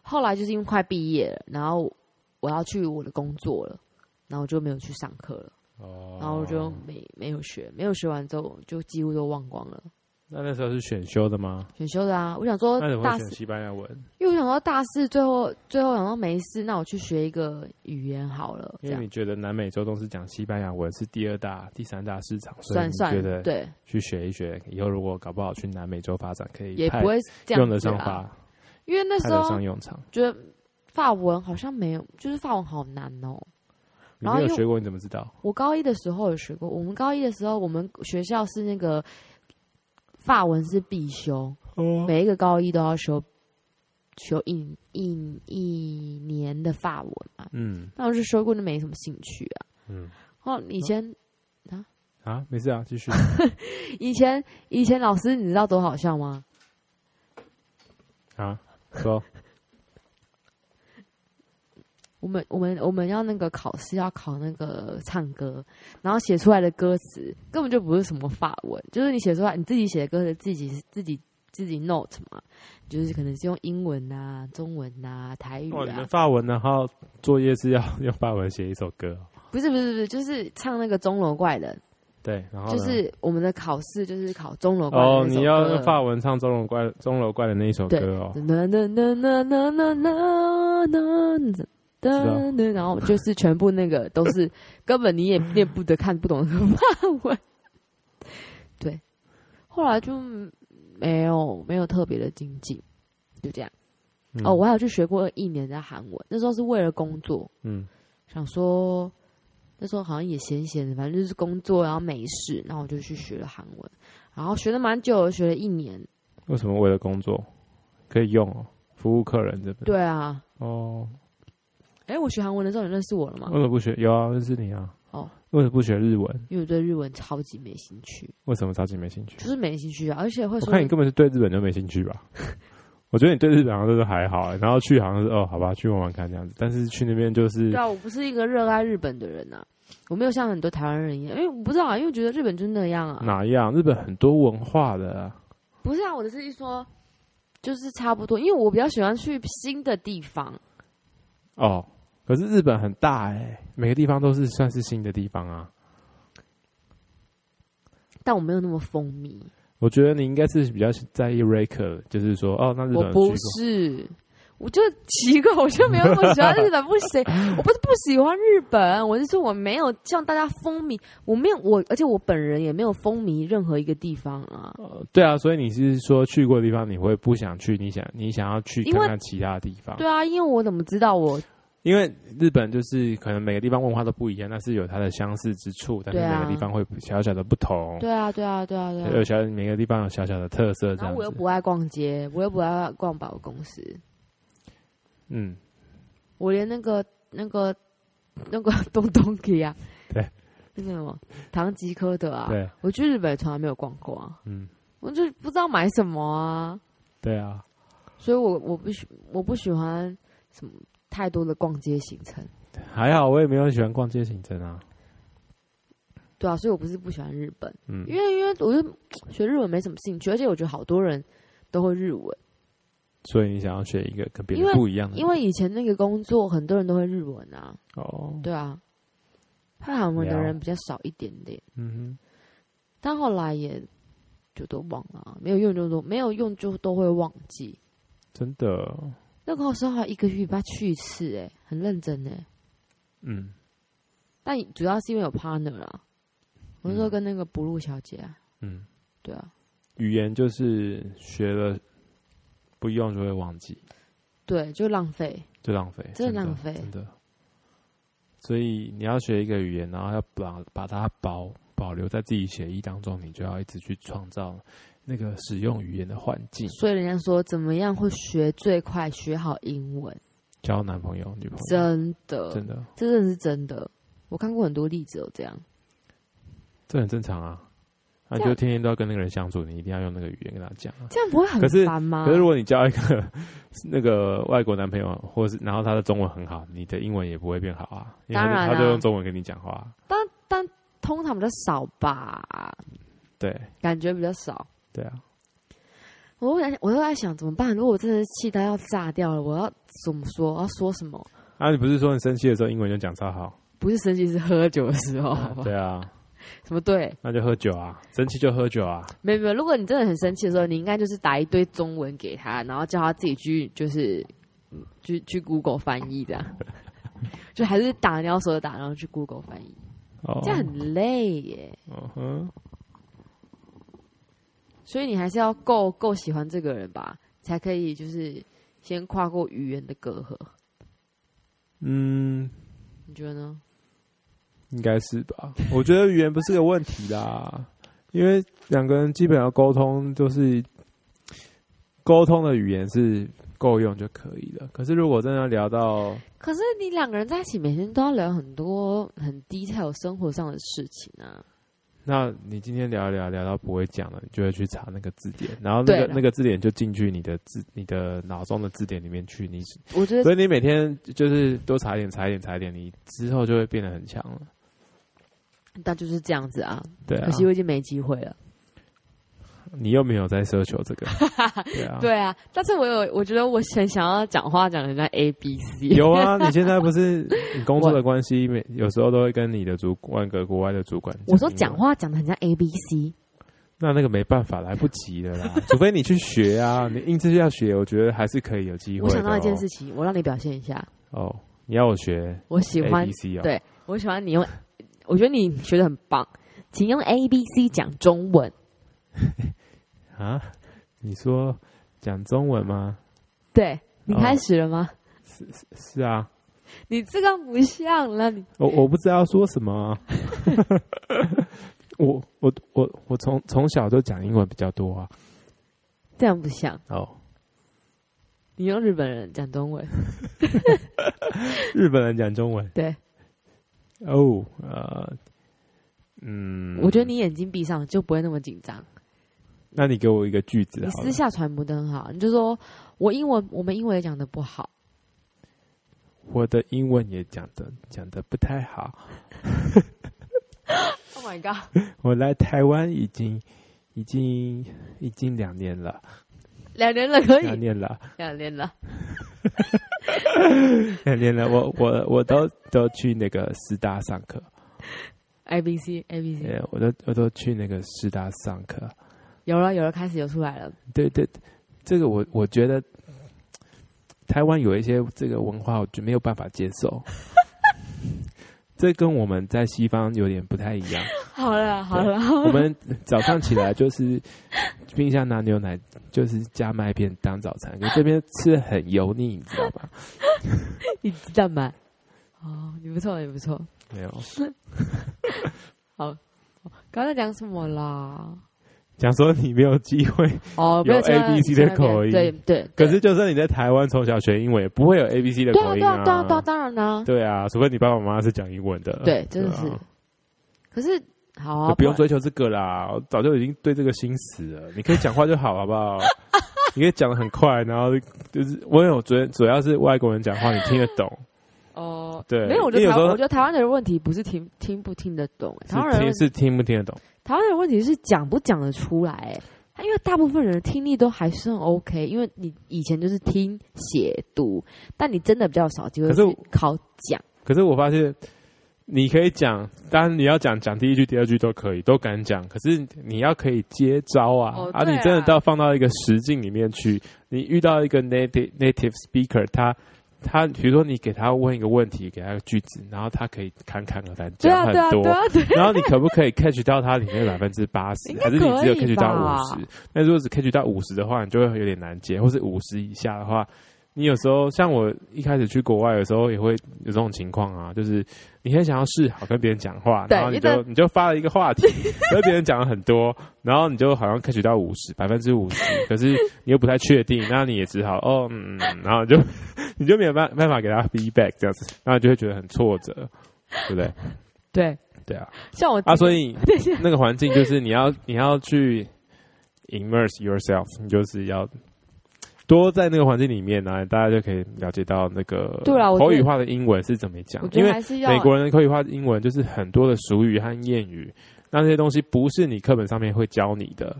Speaker 1: 后来就是因为快毕业了，然后我要去我的工作了，然后我就没有去上课了，
Speaker 2: 哦
Speaker 1: 然后我就没没有学，没有学完之后就几乎都忘光了。
Speaker 2: 那那时候是选修的吗？
Speaker 1: 选修的啊，我想说
Speaker 2: 那怎么
Speaker 1: 大
Speaker 2: 会
Speaker 1: 四
Speaker 2: 选西班牙文？
Speaker 1: 因为我想说大四最后最后想说没事，那我去学一个语言好了，这
Speaker 2: 因为
Speaker 1: 样
Speaker 2: 你觉得南美洲都是讲西班牙文是第二大、第三大市场，所以
Speaker 1: 算
Speaker 2: 你
Speaker 1: 算
Speaker 2: 觉得
Speaker 1: 对，
Speaker 2: 去学一学，以后如果搞不好去南美洲发展，可以
Speaker 1: 也
Speaker 2: 派
Speaker 1: 不会这样
Speaker 2: 用
Speaker 1: 子
Speaker 2: 得上
Speaker 1: 啦
Speaker 2: 法，
Speaker 1: 因为那
Speaker 2: 派
Speaker 1: 时
Speaker 2: 得
Speaker 1: 候
Speaker 2: 上用场。
Speaker 1: 觉得法文好像没有，就是法文好难哦、
Speaker 2: 你
Speaker 1: 然后
Speaker 2: 没有
Speaker 1: 又
Speaker 2: 学过，你怎么知道？
Speaker 1: 我高一的时候有学过，我们高一的时候，我们学校是那个法文是必修，
Speaker 2: 哦
Speaker 1: 每一个高一都要修修一一一年的法文嘛。
Speaker 2: 嗯
Speaker 1: 那我就修过，就没什么兴趣啊。
Speaker 2: 嗯
Speaker 1: 哦，以前
Speaker 2: 啊，没事啊，继续。
Speaker 1: 以前以前老师，你知道多好笑吗？
Speaker 2: 啊，说
Speaker 1: 我们我们我们要那个考试要考那个唱歌，然后写出来的歌词根本就不是什么法文，就是你写出来你自己写的歌词自己自己自己 note 嘛，就是可能是用英文啊、中文啊、台语
Speaker 2: 哦，你们
Speaker 1: 啊，
Speaker 2: 法文，然后作业是要 用法文写一首歌哦，
Speaker 1: 不是不是不是，就是唱那个钟楼怪人，
Speaker 2: 对，然后
Speaker 1: 就
Speaker 2: 呢
Speaker 1: 是我们的考试就是考钟楼怪人
Speaker 2: 哦，
Speaker 1: 那首
Speaker 2: 你要
Speaker 1: 歌
Speaker 2: 用法文唱钟楼怪钟楼怪的那一首
Speaker 1: 对
Speaker 2: 歌哦，
Speaker 1: 呐呐呐呐呐呐呐呐
Speaker 2: 道
Speaker 1: 呐，然后就是全部那个都是根本你也念不得、看不懂的法文。对，后来就没有没有特别的经济，就这样。
Speaker 2: 嗯
Speaker 1: 哦，我还有去学过一年的韩文，那时候是为了工作，
Speaker 2: 嗯
Speaker 1: 想说那时候好像也闲闲的，反正就是工作，然后没事，然后我就去学了韩文，然后学了蛮久的，学了一年。
Speaker 2: 为什么为了工作可以用哦？服务客人这边
Speaker 1: 对啊，
Speaker 2: 哦，
Speaker 1: 哎，我学韩文的时候，你认识我了吗
Speaker 2: 为？什么不学？有啊，认识你啊。
Speaker 1: 哦，
Speaker 2: 为什么不学日文？
Speaker 1: 因为我对日文超级没兴趣，
Speaker 2: 为什么超级没兴趣？
Speaker 1: 就是没兴趣啊，而且会
Speaker 2: 我
Speaker 1: 说
Speaker 2: 看你根本是对日本就没兴趣吧？ 我觉得你对日本好像都是还好、欸然后去好像是哦，好吧，去玩玩看这样子。但是去那边就是
Speaker 1: 对啊，我不是一个热爱日本的人啊，我没有像很多台湾人一样，因为我不知道啊，因为我觉得日本就那样啊，
Speaker 2: 哪样？日本很多文化的啊，
Speaker 1: 不是啊，我的是一说就是差不多，因为我比较喜欢去新的地方，
Speaker 2: 哦，可是日本很大哎、每个地方都是算是新的地方啊。
Speaker 1: 但我没有那么风靡，
Speaker 2: 我觉得你应该是比较在意 Raker，就是说哦，那日
Speaker 1: 我
Speaker 2: 本有去
Speaker 1: 不
Speaker 2: 过
Speaker 1: 是。我就奇怪，我就没有那么喜欢日本，不行，我不是不喜欢日本，我是说我没有像大家风靡，我没有我，而且我本人也没有风靡任何一个地方啊。
Speaker 2: 呃对啊，所以你是说去过的地方你会不想去，你想你想要去
Speaker 1: 因为
Speaker 2: 看看其他地方？
Speaker 1: 对啊，因为我怎么知道我
Speaker 2: 因为日本就是可能每个地方文化都不一样，但是有它的相似之处，但是
Speaker 1: 对啊
Speaker 2: 每个地方会小小的不同。
Speaker 1: 对啊，对啊，对啊，对
Speaker 2: 有
Speaker 1: 啊。
Speaker 2: 小每个地方有小小的特色这
Speaker 1: 然
Speaker 2: 样
Speaker 1: 后我又
Speaker 2: 子。
Speaker 1: 不爱逛街，我又不爱逛百货公司，
Speaker 2: 嗯，
Speaker 1: 我连那个那个那个东东去啊，
Speaker 2: 对，
Speaker 1: 那个什么唐吉诃德啊，
Speaker 2: 嗯对，
Speaker 1: 我去日本从来没有逛过啊，
Speaker 2: 嗯，
Speaker 1: 我就不知道买什么啊，
Speaker 2: 对啊，
Speaker 1: 所以我我不喜我不喜欢什么太多的逛街行程，
Speaker 2: 还好我也没有很喜欢逛街行程啊，
Speaker 1: 对啊，所以我不是不喜欢日本，
Speaker 2: 嗯，
Speaker 1: 因为因为我就学日文没什么兴趣，而且我觉得好多人都会日文，
Speaker 2: 所以你想要学一个跟别
Speaker 1: 因
Speaker 2: 人
Speaker 1: 为
Speaker 2: 不一样的，
Speaker 1: 因为以前那个工作很多人都会日文啊，
Speaker 2: 哦，
Speaker 1: 对啊，会韩文的
Speaker 2: 了
Speaker 1: 人比较少一点点，
Speaker 2: 嗯
Speaker 1: 但后来也就都忘了啊、没有用就都没有用就都会忘记。
Speaker 2: 哼，真的，
Speaker 1: 那个时候还一个月吧去一次、欸，很认真哎、
Speaker 2: 嗯，
Speaker 1: 但主要是因为有 partner 啊，我那时候
Speaker 2: 嗯
Speaker 1: 跟那个不露小姐啊，
Speaker 2: 嗯，
Speaker 1: 对啊，
Speaker 2: 语言就是学了不用就会忘记，
Speaker 1: 对，就浪费。
Speaker 2: 就浪费，
Speaker 1: 真的浪费
Speaker 2: 真的。所以你要学一个语言，然后要把把它保保留在自己协议当中，你就要一直去创造那个使用语言的环境。
Speaker 1: 所以人家说怎么样会学最快学好英文，
Speaker 2: 交男朋友、女朋友，
Speaker 1: 真的，
Speaker 2: 真的，
Speaker 1: 这真的是真的。我看过很多例子有这样，
Speaker 2: 这很正常啊。那、
Speaker 1: 这
Speaker 2: 你就
Speaker 1: 样
Speaker 2: 天天都要跟那个人相处，你一定要用那个语言跟他讲啊。
Speaker 1: 这样不会
Speaker 2: 可是
Speaker 1: 很烦吗？
Speaker 2: 可是如果你交一个 那个外国男朋友，或是然后他的中文很好，你的英文也不会变好啊，因为他
Speaker 1: 当
Speaker 2: 就
Speaker 1: 然啊
Speaker 2: 他就用中文跟你讲话啊。
Speaker 1: 通常比较少吧，
Speaker 2: 对
Speaker 1: 感觉比较少。
Speaker 2: 对啊，
Speaker 1: 我在我都在想怎么办？如果我真的气到要炸掉了，我要怎么说？我要说什么？
Speaker 2: 啊，你不是说你生气的时候英文就讲超好？
Speaker 1: 不是生气，是喝酒的时候。
Speaker 2: 对啊。
Speaker 1: 什么对？
Speaker 2: 那就喝酒啊，生气就喝酒啊。
Speaker 1: 没有没有。如果你真的很生气的时候，你应该就是打一堆中文给他，然后叫他自己去就是嗯去去 Google 翻译这样。就还是打鸟手的打，然后去 Google 翻译，
Speaker 2: 哦
Speaker 1: 这样很累耶。
Speaker 2: 嗯哼，
Speaker 1: 所以你还是要够够喜欢这个人吧，才可以就是先跨过语言的隔阂。
Speaker 2: 嗯，
Speaker 1: 你觉得呢？
Speaker 2: 应该是吧。我觉得语言不是个问题啦，因为两个人基本上沟通就是沟通的语言是够用就可以了。可是如果真的要聊到，
Speaker 1: 可是你两个人在一起，每天都要聊很多很 detail 生活上的事情啊。
Speaker 2: 那你今天聊一聊聊到不会讲了，你就会去查那个字典，然后那
Speaker 1: 对
Speaker 2: 个
Speaker 1: 啦
Speaker 2: 那个字典就进去你的字你的脑中的字典里面去，你
Speaker 1: 我觉得
Speaker 2: 所以你每天就是多查一点查一点查一点，你之后就会变得很强了。
Speaker 1: 那就是这样子啊。
Speaker 2: 对啊，
Speaker 1: 可惜我已经没机会了。
Speaker 2: 你又没有在奢求这 个，对啊，
Speaker 1: 对啊，但是我有，我觉得我很想要讲话讲人家 A B C。
Speaker 2: 有啊，你现在不是你工作的关系，每有时候都会跟你的主管、跟国外的主管。
Speaker 1: 我说讲，话讲的很像 A B C，
Speaker 2: 那那个没办法，来不及了啦，除非你去学啊，你硬是要学，我觉得还是可以有机会、
Speaker 1: 我想到一件事，情，我让你表现一下。
Speaker 2: 哦，你要我学
Speaker 1: 我喜
Speaker 2: A
Speaker 1: 欢
Speaker 2: B，C 哦，
Speaker 1: 对我喜欢你用，我觉得你学的很棒，请用 A B C 讲中文。
Speaker 2: 啊，你说讲中文吗？
Speaker 1: 对你
Speaker 2: 哦
Speaker 1: 开始了吗？
Speaker 2: 是啊，
Speaker 1: 你这个不像了，你
Speaker 2: 我我不知道说什么、啊。 我我我我从从小就讲英文比较多啊。
Speaker 1: 这样不像。
Speaker 2: 哦，
Speaker 1: 你用日本人讲中文，
Speaker 2: 日本人讲中文。
Speaker 1: 对
Speaker 2: 哦，呃，嗯，
Speaker 1: 我觉得，你眼睛闭上就不会那么紧张。
Speaker 2: 那你给我一个句子
Speaker 1: 你
Speaker 2: 啊好
Speaker 1: 私
Speaker 2: 了。
Speaker 1: 下传播的很好，你就说我英文，我们英文也讲的不好，
Speaker 2: 我的英文也讲的讲的不太好，
Speaker 1: Oh my god！
Speaker 2: 我来台湾已经已经已经两年了，
Speaker 1: 两年了可
Speaker 2: 两
Speaker 1: 以，
Speaker 2: 年了，
Speaker 1: 两年了。
Speaker 2: 两年了，我我我都都去那个师大上课，
Speaker 1: A B C A B C，
Speaker 2: 呃，我都我都去那个师大上课，
Speaker 1: 有了有了，开始有出来了。
Speaker 2: 对对，这个我我觉得台湾有一些这个文化，我就没有办法接受。 这跟我们在西方有点不太一 样。
Speaker 1: 好了好了，
Speaker 2: 我们早上起来就是冰箱拿牛奶，就是加麦片当早餐，可是这边吃得很油腻，你知道吗？
Speaker 1: 你知道吗？哦，你不错你不错。
Speaker 2: 没有，
Speaker 1: 刚才讲什么啦？
Speaker 2: 讲说你没有机会，
Speaker 1: 哦，不要
Speaker 2: 有 A B C 的口音
Speaker 1: 对对。对
Speaker 2: 可是就算你在台湾从小学英文，也不会有 A B C 的
Speaker 1: 对
Speaker 2: 口
Speaker 1: 啊
Speaker 2: 音
Speaker 1: 对啊对啊对啊，当然啦，
Speaker 2: 对啊，除非你爸爸妈妈是讲英文的，
Speaker 1: 对，真的
Speaker 2: 啊
Speaker 1: 是。可是好啊
Speaker 2: 就，不用
Speaker 1: 然
Speaker 2: 追求这个啦，我早就已经对这个心死了。你可以讲话就好，好 不好？你可以讲的很快，然后就是我有主主要是外国人讲话你听得懂，
Speaker 1: 哦，
Speaker 2: 对
Speaker 1: 没有，我觉
Speaker 2: 因
Speaker 1: 得台
Speaker 2: 为有时候
Speaker 1: 湾，我觉得台湾的问题不是听听不听得懂，欸
Speaker 2: 是
Speaker 1: 台湾人
Speaker 2: 听
Speaker 1: 问
Speaker 2: 是听不听得懂。
Speaker 1: 台湾人问题是讲不讲得出来、欸，他因为大部分人的听力都还算 OK，因为你以前就是听写读，但你真的比较少机会
Speaker 2: 可是
Speaker 1: 去考讲，
Speaker 2: 可是我发现你可以讲，当然你要讲讲第一句、第二句都可以，都敢讲。可是你要可以接招啊、
Speaker 1: 哦
Speaker 2: 啊！
Speaker 1: 对啊
Speaker 2: 你真的到放到一个实境里面去，你遇到一个 native native speaker，他。他比如说，你给他问一个问题，给他个句子，然后他可以侃侃而谈
Speaker 1: 对啊
Speaker 2: 讲很
Speaker 1: 对啊
Speaker 2: 多，
Speaker 1: 对啊对啊，
Speaker 2: 然后你可不可以 catch 到它里面百分之八十
Speaker 1: 应，该
Speaker 2: 还是你只有
Speaker 1: 可
Speaker 2: catch
Speaker 1: 以
Speaker 2: 到
Speaker 1: 吧
Speaker 2: 五十？那如果只 catch 到五十的话，你就会有点难接，或是五十以下的话，你有时候像我一开始去国外的时候，也会有这种情况啊，就是你很想要试好跟别人讲话，
Speaker 1: 对
Speaker 2: 然后你
Speaker 1: 因为
Speaker 2: 就你就发了一个话题，跟别人讲了很多，然后你就好像 catch 到五十百分之五十，可是你又不太确定，那你也只好哦嗯，嗯然后你就 你就没有办办法给他 feedback 这样子，然后你就会觉得很挫折，对不对？
Speaker 1: 对，
Speaker 2: 对啊。
Speaker 1: 像我
Speaker 2: 啊，所以那个环境就是你 要你要去 immerse yourself，你就是要多在那个环境里面呢、啊大家就可以了解到那个
Speaker 1: 对啊啦我觉得
Speaker 2: 口语化的英文是怎么 讲
Speaker 1: 我，觉
Speaker 2: 因
Speaker 1: 得
Speaker 2: 为
Speaker 1: 还是要
Speaker 2: 美国人的口语化英文就是很多的俗语和谚语，那这些东西不是你课本上面会教你的，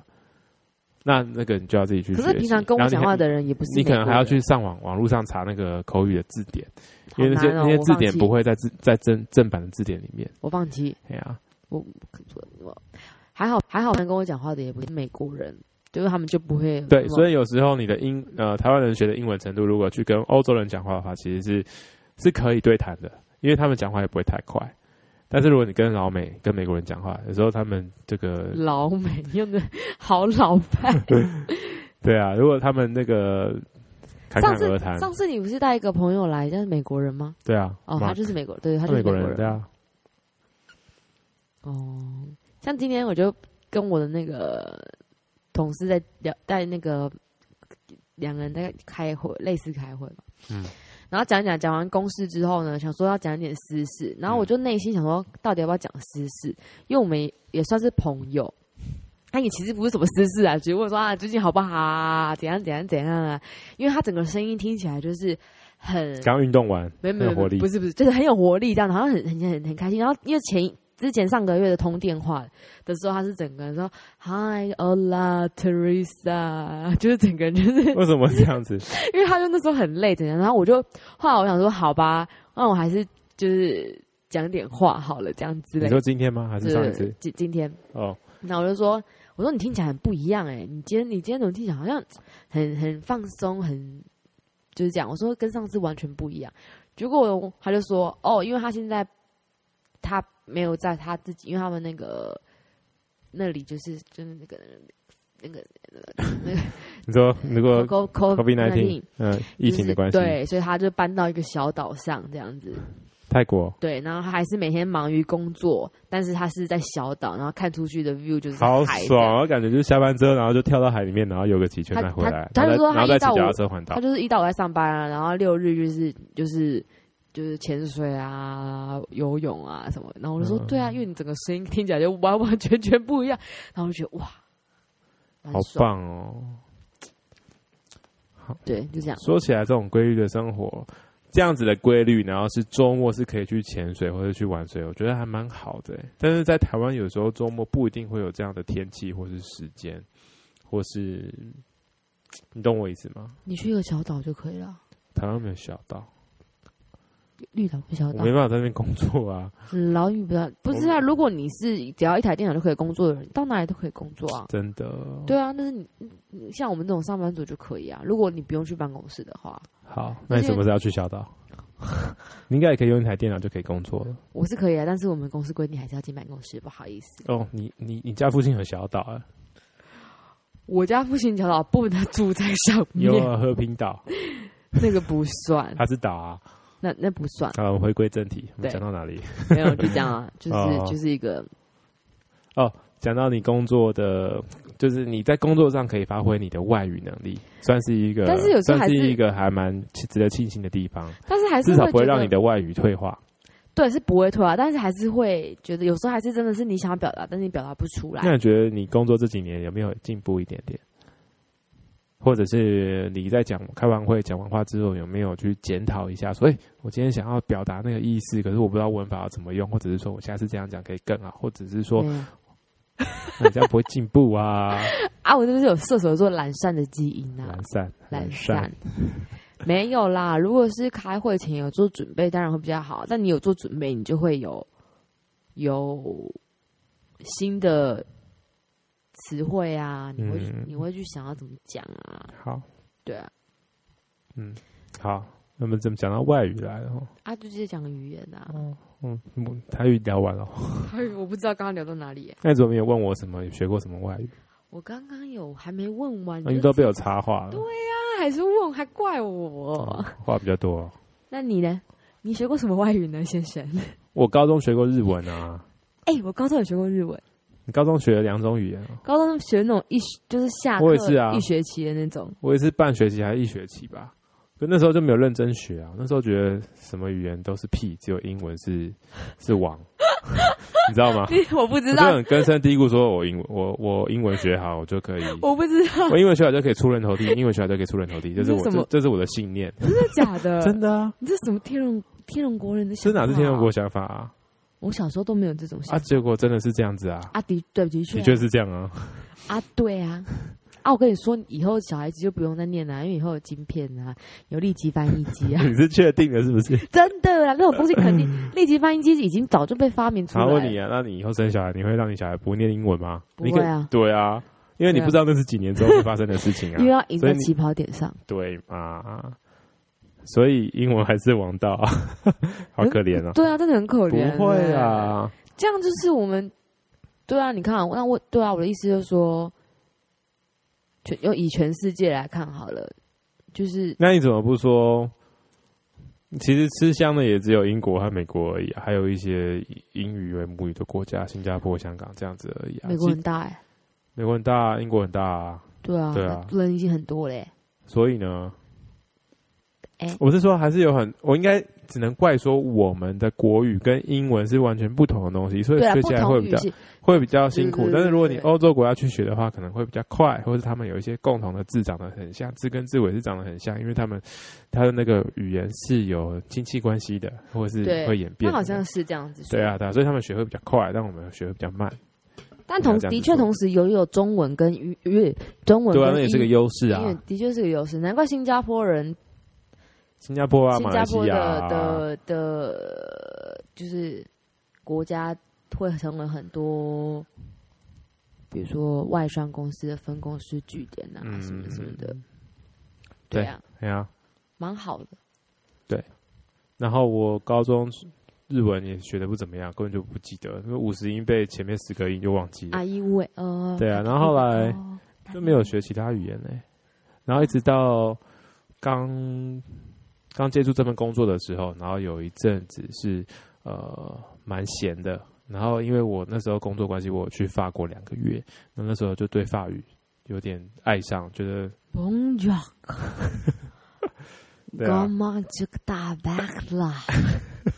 Speaker 2: 那那个你就要自己去学
Speaker 1: 可
Speaker 2: 习。
Speaker 1: 是平常跟我
Speaker 2: 然后你
Speaker 1: 讲
Speaker 2: 可
Speaker 1: 话的人啊也不是
Speaker 2: 你可能还要
Speaker 1: 美
Speaker 2: 去上网网络上查那个口语的字典，
Speaker 1: 国
Speaker 2: 因为
Speaker 1: 人，
Speaker 2: 那些、
Speaker 1: 好难哦
Speaker 2: 那些
Speaker 1: 我
Speaker 2: 字
Speaker 1: 放
Speaker 2: 典
Speaker 1: 弃
Speaker 2: 不，会在字在正正版的字典里面。
Speaker 1: 我放弃，
Speaker 2: 哎呀、
Speaker 1: 还好还好，能跟我讲话的也不是美国人，就是他们就不会
Speaker 2: 对，所
Speaker 1: 以
Speaker 2: 以有时候你的英呃台湾人学的英文程度，如果去跟欧洲人讲话的话，其实是是可以对谈的，因为他们讲话也不会太快。但是如果你跟老美、跟美国人讲话，有时候他们这个
Speaker 1: 老美用的好老派。
Speaker 2: 对啊，如果他们那个侃侃
Speaker 1: 上次
Speaker 2: 而谈，
Speaker 1: 上次你不是带一个朋友来，他是美国人吗？
Speaker 2: 对啊，
Speaker 1: 哦，他
Speaker 2: 嘛
Speaker 1: 就是美国，对，他
Speaker 2: 他
Speaker 1: 就是
Speaker 2: 美国
Speaker 1: 人
Speaker 2: 人，对啊，
Speaker 1: 哦，像今天我就跟我的那个同事在聊，在那个两个人在开会，类似开会嘛。
Speaker 2: 嗯。
Speaker 1: 然后讲一讲，讲完公事之后呢，想说要讲一点私事，然后我就内心想说，到底要不要讲私事？因为我们也也算是朋友，他也其实不是什么私事啊，只是问说啊最近好不好啊，怎样怎样怎样啊？因为他整个声音听起来就是很
Speaker 2: 刚运动完，
Speaker 1: 没有没有
Speaker 2: 很有活力
Speaker 1: 不是不是，就是很有活力这样，好像很很很很开心。然后因为前一之前上个月的通电话的时候，他是整个人说 “Hi, Hola, Teresa”，就是 整个人就是
Speaker 2: 为什么这 样子？
Speaker 1: 因为他就那时候很累，怎样？然后我就后来我想说，好吧，那我还是就是讲点话好了，这样之类
Speaker 2: 你
Speaker 1: 的
Speaker 2: 说。今天吗？还是上一次
Speaker 1: 对？今今天，
Speaker 2: 哦，
Speaker 1: 那我就说，我说你听起来很不一样哎、你今天你今天怎么听起来好像很很放松，很就是这样。我说跟上次完全不一样。结果他就说，哦，因为他现在他没有在他自己，因为他们那个那里就是就是那个那个
Speaker 2: 你说如果
Speaker 1: CO- CO-
Speaker 2: COVID
Speaker 1: COVID-19
Speaker 2: nineteen 嗯疫情的关系
Speaker 1: 就，是哦对，所以他就搬到一个小岛上这样子。
Speaker 2: 泰国
Speaker 1: 对，然后他还是每天忙于工作，但是他是在小岛，然后看出去的 view 就是
Speaker 2: 好
Speaker 1: 海这样
Speaker 2: 爽，我感觉就是下班之后，然后就跳到海里面，然后游个几圈
Speaker 1: 他
Speaker 2: 再回来，
Speaker 1: 他他
Speaker 2: 然
Speaker 1: 就说
Speaker 2: 后再
Speaker 1: 他
Speaker 2: 然后再骑
Speaker 1: 一到
Speaker 2: 脚踏
Speaker 1: 五
Speaker 2: 车环岛
Speaker 1: 他。就是一到五在上班啊，然后六日就是就是就是潜水啊、游泳啊什么。然后我就说，
Speaker 2: 嗯
Speaker 1: 对啊，因为你整个声音听起来就完完全全不一样。然后我就觉得哇，蛮
Speaker 2: 好
Speaker 1: 爽，
Speaker 2: 棒哦！
Speaker 1: 对，就这样。
Speaker 2: 说起来，这种规律的生活，这样子的规律，然后是周末是可以去潜水或者去玩水，我觉得还蛮好的欸。但是在台湾，有时候周末不一定会有这样的天气，或是时间，或是你懂我意思吗？
Speaker 1: 你去一个小岛就可以了，
Speaker 2: 台湾没有小岛，
Speaker 1: 绿岛不小
Speaker 2: 我
Speaker 1: 岛
Speaker 2: 没，办法在那边工 作啊，
Speaker 1: 老远不要不是啊。如果你是只要一台电脑就可以工作的人，到哪里都可以工作啊。
Speaker 2: 真的。
Speaker 1: 对啊，但是你你像我们这种上班族就可以啊。如果你不用去办公室的话，
Speaker 2: 好，那你什么时候要去 小岛？你应该也可以用一台电脑就可以工作了。
Speaker 1: 我是可以啊，但是我们公司规定还是要进办公室，不好意思。
Speaker 2: 哦，你你你家附近有小岛啊？
Speaker 1: 我家复兴小岛不能住在上面
Speaker 2: 有，啊和平岛，
Speaker 1: 那个不算，
Speaker 2: 它是岛啊。
Speaker 1: 那那不算，
Speaker 2: 好了，我们回归正题，我
Speaker 1: 对
Speaker 2: 们讲到哪里？
Speaker 1: 没 有就这样啊，就是
Speaker 2: 哦
Speaker 1: 就是一个
Speaker 2: 讲到你工作的就是你在工作上可以发挥你的外语能力，算是一个，
Speaker 1: 但是有时候
Speaker 2: 算
Speaker 1: 还是
Speaker 2: 一个还蛮值得庆幸的地方，
Speaker 1: 但是还是
Speaker 2: 至少不
Speaker 1: 会
Speaker 2: 会
Speaker 1: 觉
Speaker 2: 让
Speaker 1: 得
Speaker 2: 你的外语退化。
Speaker 1: 对是不会退啊，但是还是会觉得有时候还是真的是你想要表达，但是你表达不出来
Speaker 2: 那。你觉得你工作这几年有没有进步一点点？或者是你在讲开完会讲完话之后，有没有去检讨一下？说，哎、我今天想要表达那个意思，可是我不知道文法要怎么用，或者是说我下次这样讲可以更好，或者是说
Speaker 1: 没有
Speaker 2: 那你这样不会进步啊？
Speaker 1: 啊，我就是有射手座懒散的基因啊
Speaker 2: 懒，散，
Speaker 1: 懒散。 没有啦，如果是开会前有做准备，当然会比较好。但你有做准备，你就会有有新的词汇啊，你会、
Speaker 2: 嗯
Speaker 1: 你会去想要怎么讲啊？
Speaker 2: 好，嗯
Speaker 1: 对啊，
Speaker 2: 好，那么怎么讲到外语来了？
Speaker 1: 啊，就直接讲语言啊。
Speaker 2: 哦，嗯，嗯台语聊完了，
Speaker 1: 哎，我不知道刚刚聊到哪里耶、
Speaker 2: 那你怎么没有问我什么有学过什么外语？啊
Speaker 1: 我刚刚有还没问完，
Speaker 2: 哦那你都被我插话了，
Speaker 1: 他还是问，还怪我。
Speaker 2: 嗯话比较多哦。
Speaker 1: 那你呢？你学过什么外语呢，先生？
Speaker 2: 我高中学过日文啊，
Speaker 1: 哎、我高中有学过日文。
Speaker 2: 你高中学了两种语言哦。
Speaker 1: 高中学那种一学就是下课
Speaker 2: 我也是啊
Speaker 1: 一学期的那种，
Speaker 2: 我也是半学期还是一学期吧，可那时候就没有认真学啊。那时候觉得什么语言都是屁，只有英文是 是王，你知道吗？
Speaker 1: 我不知
Speaker 2: 我就
Speaker 1: 道，
Speaker 2: 很根深蒂固，说我英文我我英文学好，我就可以，
Speaker 1: 我不知道
Speaker 2: 我英文学好就可以出人头地，英文学好就可以出人头地，这是我
Speaker 1: 你是什
Speaker 2: 这
Speaker 1: 么
Speaker 2: 这是我的信念，
Speaker 1: 真的假的，
Speaker 2: 真的啊，
Speaker 1: 你这什么天龙天龙国人的
Speaker 2: 这
Speaker 1: 想法、啊
Speaker 2: 哪是天龙国？想法啊？
Speaker 1: 我小时候都没有这种想
Speaker 2: 啊，
Speaker 1: 法。
Speaker 2: 结果真的是这样子啊，
Speaker 1: 啊，的对，的确
Speaker 2: 的
Speaker 1: 啊，
Speaker 2: 确是这样啊，
Speaker 1: 啊，对啊，啊，我跟你说，以后小孩子就不用再念了，因为以后有晶片啊，有立即翻译机 啊，
Speaker 2: 你是确定的是不是？
Speaker 1: 真的啊啦，那种东西肯 定立即翻译机已经早就被发明出
Speaker 2: 然
Speaker 1: 来
Speaker 2: 后
Speaker 1: 了。
Speaker 2: 问你啊，那你以后生小孩，你会让你小孩不念英文吗？
Speaker 1: 不
Speaker 2: 你可
Speaker 1: 会啊
Speaker 2: 对啊，因为你
Speaker 1: 对啊
Speaker 2: 不知道那是几年之后会发生的事情啊
Speaker 1: 因为。要赢
Speaker 2: 所以
Speaker 1: 在
Speaker 2: 你
Speaker 1: 起跑点上，
Speaker 2: 对嘛，所以英文还是王道啊， 好可怜啊！
Speaker 1: 对啊，真的很可
Speaker 2: 不
Speaker 1: 怜。
Speaker 2: 会，啊，
Speaker 1: 这样就是我们，对啊，你看啊，那我对啊，我的意思就是说，全要以全世界来看好了，就是
Speaker 2: 那你怎么不说？其实吃香的也只有英国和美国而已、啊，还有一些以英语为母语的国家，新加坡、香港这样子而已啊。
Speaker 1: 美国
Speaker 2: 其
Speaker 1: 很大哎、
Speaker 2: 美国很大，英国很大、啊，
Speaker 1: 对啊，
Speaker 2: 对啊
Speaker 1: 人已经很多嘞、
Speaker 2: 所以呢，
Speaker 1: 哎
Speaker 2: 我是说还是有很，我应该只能怪说我们的国语跟英文是完全不同的东西，所以
Speaker 1: 对啊，
Speaker 2: 学
Speaker 1: 不
Speaker 2: 起来会
Speaker 1: 同
Speaker 2: 比
Speaker 1: 语
Speaker 2: 较
Speaker 1: 系，
Speaker 2: 会比较辛苦
Speaker 1: 对对。对
Speaker 2: 但是如果你
Speaker 1: 对
Speaker 2: 欧洲国家去学的话，可能会比较快，或者他们有一些共同的字长得很像，字跟字尾是长得很像，因为他们他的那个语言是有亲戚关系的，或者是
Speaker 1: 对
Speaker 2: 会演变
Speaker 1: 那
Speaker 2: 的。
Speaker 1: 好像是这样子。
Speaker 2: 对，啊，对啊，所以他们学会比较快，但我们学会比较慢。
Speaker 1: 但同
Speaker 2: 这样子
Speaker 1: 的确
Speaker 2: 说
Speaker 1: 同时有有中文跟语语中文
Speaker 2: 对
Speaker 1: 跟
Speaker 2: 啊，那也是个
Speaker 1: 英
Speaker 2: 优势啊
Speaker 1: 英。语的确是个优势，难怪新加坡人、
Speaker 2: 新加坡啊，
Speaker 1: 新
Speaker 2: 马
Speaker 1: 加
Speaker 2: 来西
Speaker 1: 坡
Speaker 2: 亚
Speaker 1: 的
Speaker 2: 啊，
Speaker 1: 的的，就是国家会成为很多，比如说外商公司的分公司据点啊，
Speaker 2: 嗯
Speaker 1: 什么什么的。
Speaker 2: 对
Speaker 1: 啊，
Speaker 2: 哎呀、
Speaker 1: 蛮好的。
Speaker 2: 然后我高中日文也学的不怎么样，根本就不记得，因为五十音背前面十个音就忘记了，
Speaker 1: 阿姨喂，呃，
Speaker 2: 对啊然后后来
Speaker 1: 哦
Speaker 2: 就没有学其他语言嘞、然后一直到刚刚接触这份工作的时候，然后有一阵子是呃蛮闲的，然后因为我那时候工作关系，我有去法国两个月，那那时候就对法语有点爱上，觉得
Speaker 1: Bonjour，
Speaker 2: 对啊
Speaker 1: Comment tu t'appelles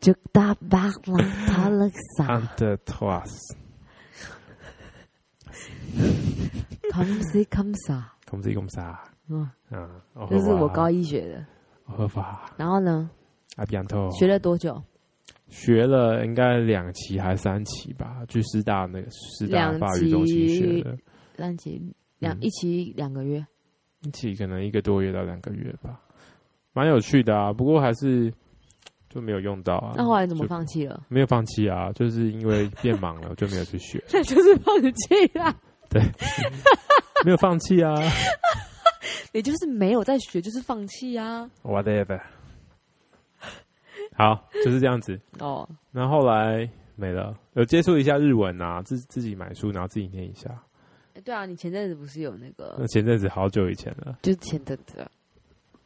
Speaker 1: Tu t'appelles Alexa
Speaker 2: under t o s
Speaker 1: Comme c'est comme ça
Speaker 2: 我们自己公司啊，
Speaker 1: 嗯，
Speaker 2: 啊，哦
Speaker 1: 这是我高一学的。
Speaker 2: 合法
Speaker 1: 然后呢，
Speaker 2: 阿比安托
Speaker 1: 学了多久？
Speaker 2: 学了应该两期还三期吧，去师大那个师大
Speaker 1: 两
Speaker 2: 法语中心
Speaker 1: 期
Speaker 2: 学的，
Speaker 1: 三期两
Speaker 2: 嗯
Speaker 1: 一期两个月。
Speaker 2: 一期可能一个多月到两个月吧，蛮有趣的啊。不过还是就没有用到啊。
Speaker 1: 那后来怎么
Speaker 2: 就
Speaker 1: 放弃了？
Speaker 2: 没有放弃啊？就是因为变忙了，就没有去学，
Speaker 1: 那 就是放弃啦，
Speaker 2: 没有放弃啊。
Speaker 1: 也就是没有在学，就是放弃啊。
Speaker 2: Whatever，好，就是这样子。
Speaker 1: 哦，
Speaker 2: 然后后来没了，有接触一下日文啊，自自己买书，然后自己念一下。
Speaker 1: 诶对啊，你前阵子不是有那
Speaker 2: 那
Speaker 1: 个，
Speaker 2: 前阵子好久以前了，
Speaker 1: 就是前阵子，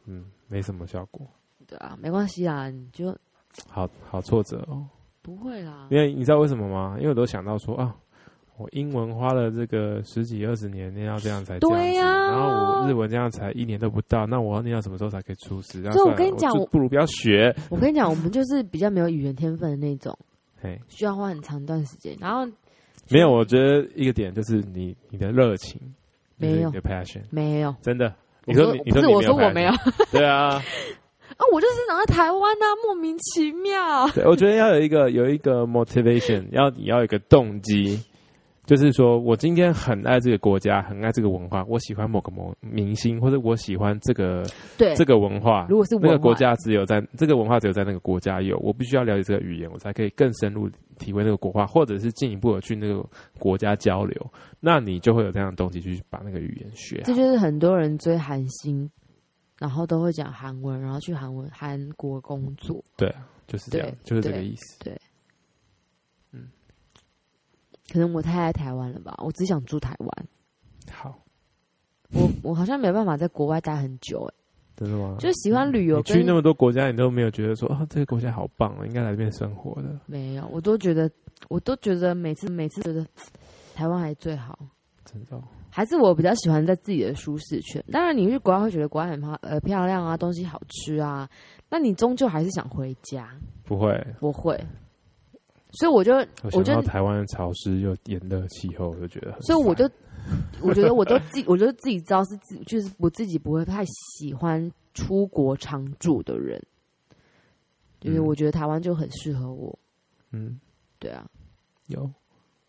Speaker 2: 嗯，没什么效果，
Speaker 1: 对啊，没关系啦，你就
Speaker 2: 好好挫折哦。
Speaker 1: 不会啦。
Speaker 2: 因为你知道为什么吗？因为我都想到说啊，我英文花了这个十几二十年念到这样才这样
Speaker 1: 对
Speaker 2: 子
Speaker 1: 呀
Speaker 2: 然后我日文这样才一年都不到，那我要念到什么时候才可以出师？那
Speaker 1: 所以我
Speaker 2: 算了
Speaker 1: 跟你讲
Speaker 2: 就
Speaker 1: 我
Speaker 2: 不如不要学。
Speaker 1: 我跟你讲，我们就是比较没有语言天分的那种，
Speaker 2: 哎，
Speaker 1: 需要花很长一段时
Speaker 2: 嗯
Speaker 1: 间。然后
Speaker 2: 没有，我觉得一个点就是你你的热情，就是
Speaker 1: 没有
Speaker 2: 你的 passion，
Speaker 1: 没有，
Speaker 2: 真的。
Speaker 1: 我
Speaker 2: 你说你，你
Speaker 1: 不是
Speaker 2: 你
Speaker 1: 我说我没有
Speaker 2: passion，
Speaker 1: 啊，
Speaker 2: 对啊，
Speaker 1: 我就是长在台湾啊，莫名其妙。
Speaker 2: 对，我觉得要有一个有一个 motivation，要你要有一个动机，就是说我今天很爱这个国家，很爱这个文化，我喜欢某个某明星，或者我喜欢这个
Speaker 1: 对，
Speaker 2: 这个文化。
Speaker 1: 如果是文
Speaker 2: 那
Speaker 1: 化
Speaker 2: 个国家只有在这个文化只有在那个国家有，我必须要了解这个语言，我才可以更深入体会那个国化，或者是进一步的去那个国家交流，那你就会有这样的动机去把那个语言学
Speaker 1: 这
Speaker 2: 好。
Speaker 1: 就是很多人追韩星，然后都会讲韩文，然后去韩文韩国工作。
Speaker 2: 就是这样
Speaker 1: 对，
Speaker 2: 就是这
Speaker 1: 对
Speaker 2: 个意思。
Speaker 1: 可能我太爱台湾了吧，我只想住台湾。
Speaker 2: 好，
Speaker 1: 我我好像没办法在国外待很久、欸，
Speaker 2: 真的吗？
Speaker 1: 就是喜欢旅游
Speaker 2: 你去
Speaker 1: 跟
Speaker 2: 那么多国家，你都没有觉得说啊、这个国家好棒，我应该来这边生活的。
Speaker 1: 没有，我都觉得，我都觉得每次每次觉得台湾还最好，
Speaker 2: 真的哦、
Speaker 1: 还是我比较喜欢在自己的舒适圈。当然，你去国外会觉得国外很漂呃漂亮啊，东西好吃啊，那你终究还是想回家。
Speaker 2: 不会，
Speaker 1: 我会，所以我就，
Speaker 2: 我
Speaker 1: 我
Speaker 2: 想
Speaker 1: 就
Speaker 2: 到，台湾的潮湿又炎热气候，我就觉得很烦。
Speaker 1: 所以我就，我觉得我都自己，我就自己知道是自，就是我自己不会太喜欢出国常住的人，就是
Speaker 2: 嗯
Speaker 1: 我觉得台湾就很适合我。
Speaker 2: 嗯，
Speaker 1: 对啊，
Speaker 2: 有。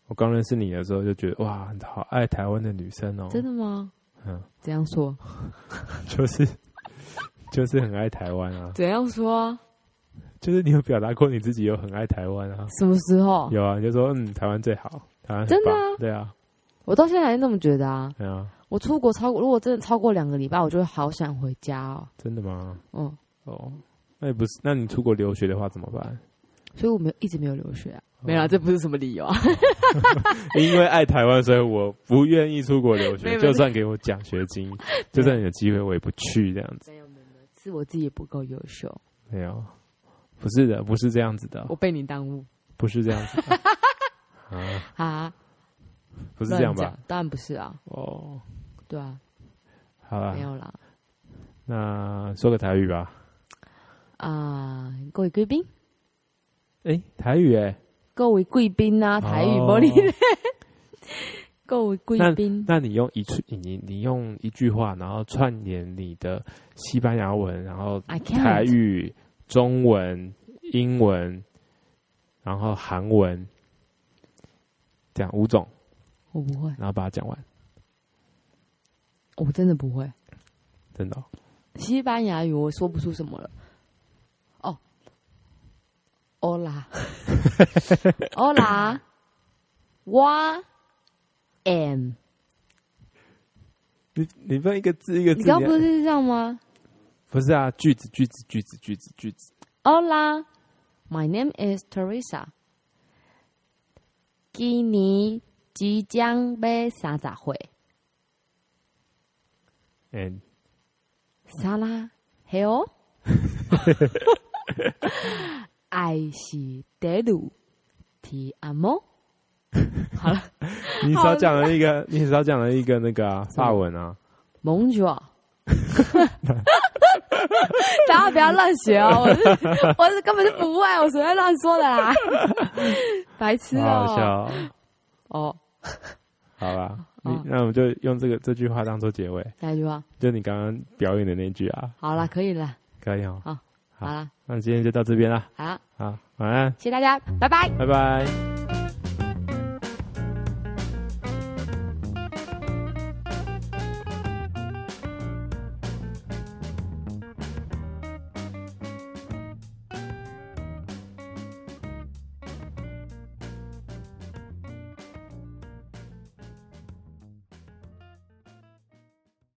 Speaker 2: 我刚认识你的时候就觉得哇，好爱台湾的女生哦、
Speaker 1: 真的吗？
Speaker 2: 嗯，
Speaker 1: 怎样说？
Speaker 2: 就是就是很爱台湾啊，
Speaker 1: 怎样说啊？
Speaker 2: 就是你有表达过你自己有很爱台湾啊，
Speaker 1: 什么时候？
Speaker 2: 有啊，你就说嗯，台湾最好，台湾
Speaker 1: 哦
Speaker 2: 很
Speaker 1: 真的
Speaker 2: 棒
Speaker 1: 啊
Speaker 2: 对啊，
Speaker 1: 我到现在还是那么觉得啊！
Speaker 2: 对啊，
Speaker 1: 我出国超过，如果真的超过两个礼拜，我就会好想回家哦。
Speaker 2: 真的吗？
Speaker 1: 嗯，
Speaker 2: 哦，那你不是，那你出国留学的话怎么办？
Speaker 1: 所以我没有一直没有留学啊。
Speaker 2: 没有啊
Speaker 1: 这不是什么理 由啊。
Speaker 2: 因为爱台湾，所以我不愿意出国留
Speaker 1: 没
Speaker 2: 学。
Speaker 1: 有
Speaker 2: 就算给我奖学金，就算有机会，我也不去这样子。
Speaker 1: 是我自己不够优秀，
Speaker 2: 没有，不是的，不是这样子的，
Speaker 1: 我被你耽误
Speaker 2: 不是这样子 的啊，
Speaker 1: 啊？
Speaker 2: 不
Speaker 1: 不
Speaker 2: 是这样吧？？
Speaker 1: 当然不是啊，
Speaker 2: 哦，
Speaker 1: 对啊，
Speaker 2: 好啦
Speaker 1: 没，有啦。
Speaker 2: 那说个台语吧。
Speaker 1: 啊，各位贵宾，
Speaker 2: 哎、台语哎、
Speaker 1: 各位贵宾啊，台语
Speaker 2: 哦
Speaker 1: 玻璃 嘞，各位贵宾，
Speaker 2: 那你用一句，你你你用一句话，然后串联你的西班牙文，然后
Speaker 1: I can't
Speaker 2: 台语、中文、英文，然后韩文，这样五种，
Speaker 1: 我不会，
Speaker 2: 然后把它讲完，
Speaker 1: 我真的不会。
Speaker 2: 真的哦、
Speaker 1: 西班牙语我说不出什么了。哦，欧 啦，欧啦，我 am，
Speaker 2: 你你不能一个字一个字，
Speaker 1: 你刚
Speaker 2: 你
Speaker 1: 不是这样吗？
Speaker 2: 不是啊？句子句子句子句子句子，
Speaker 1: 欧啦，My name is Teresa。今年即将要三十岁，
Speaker 2: 哎、
Speaker 1: 莎拉，嘿哦，爱是德鲁提阿莫。好了。
Speaker 2: 你少讲了一个，你少讲了一个那个啊，法文啊，
Speaker 1: 蒙住啊！大家不要乱学 哦，我是我是根本就不会，我随便乱说的啦，白痴
Speaker 2: 好好笑
Speaker 1: 哦、
Speaker 2: 哦、
Speaker 1: 哦，
Speaker 2: 好啦，你
Speaker 1: 哦
Speaker 2: 那我们就用这个这句话当做结尾，
Speaker 1: 下一句话，
Speaker 2: 就你刚刚表演的那句啊，
Speaker 1: 好啦，可以了，
Speaker 2: 可以哦。
Speaker 1: 好啦，
Speaker 2: 那今天就到这边啦，
Speaker 1: 好啦，
Speaker 2: 好，晚安，
Speaker 1: 谢谢大家，拜拜。
Speaker 2: 拜拜。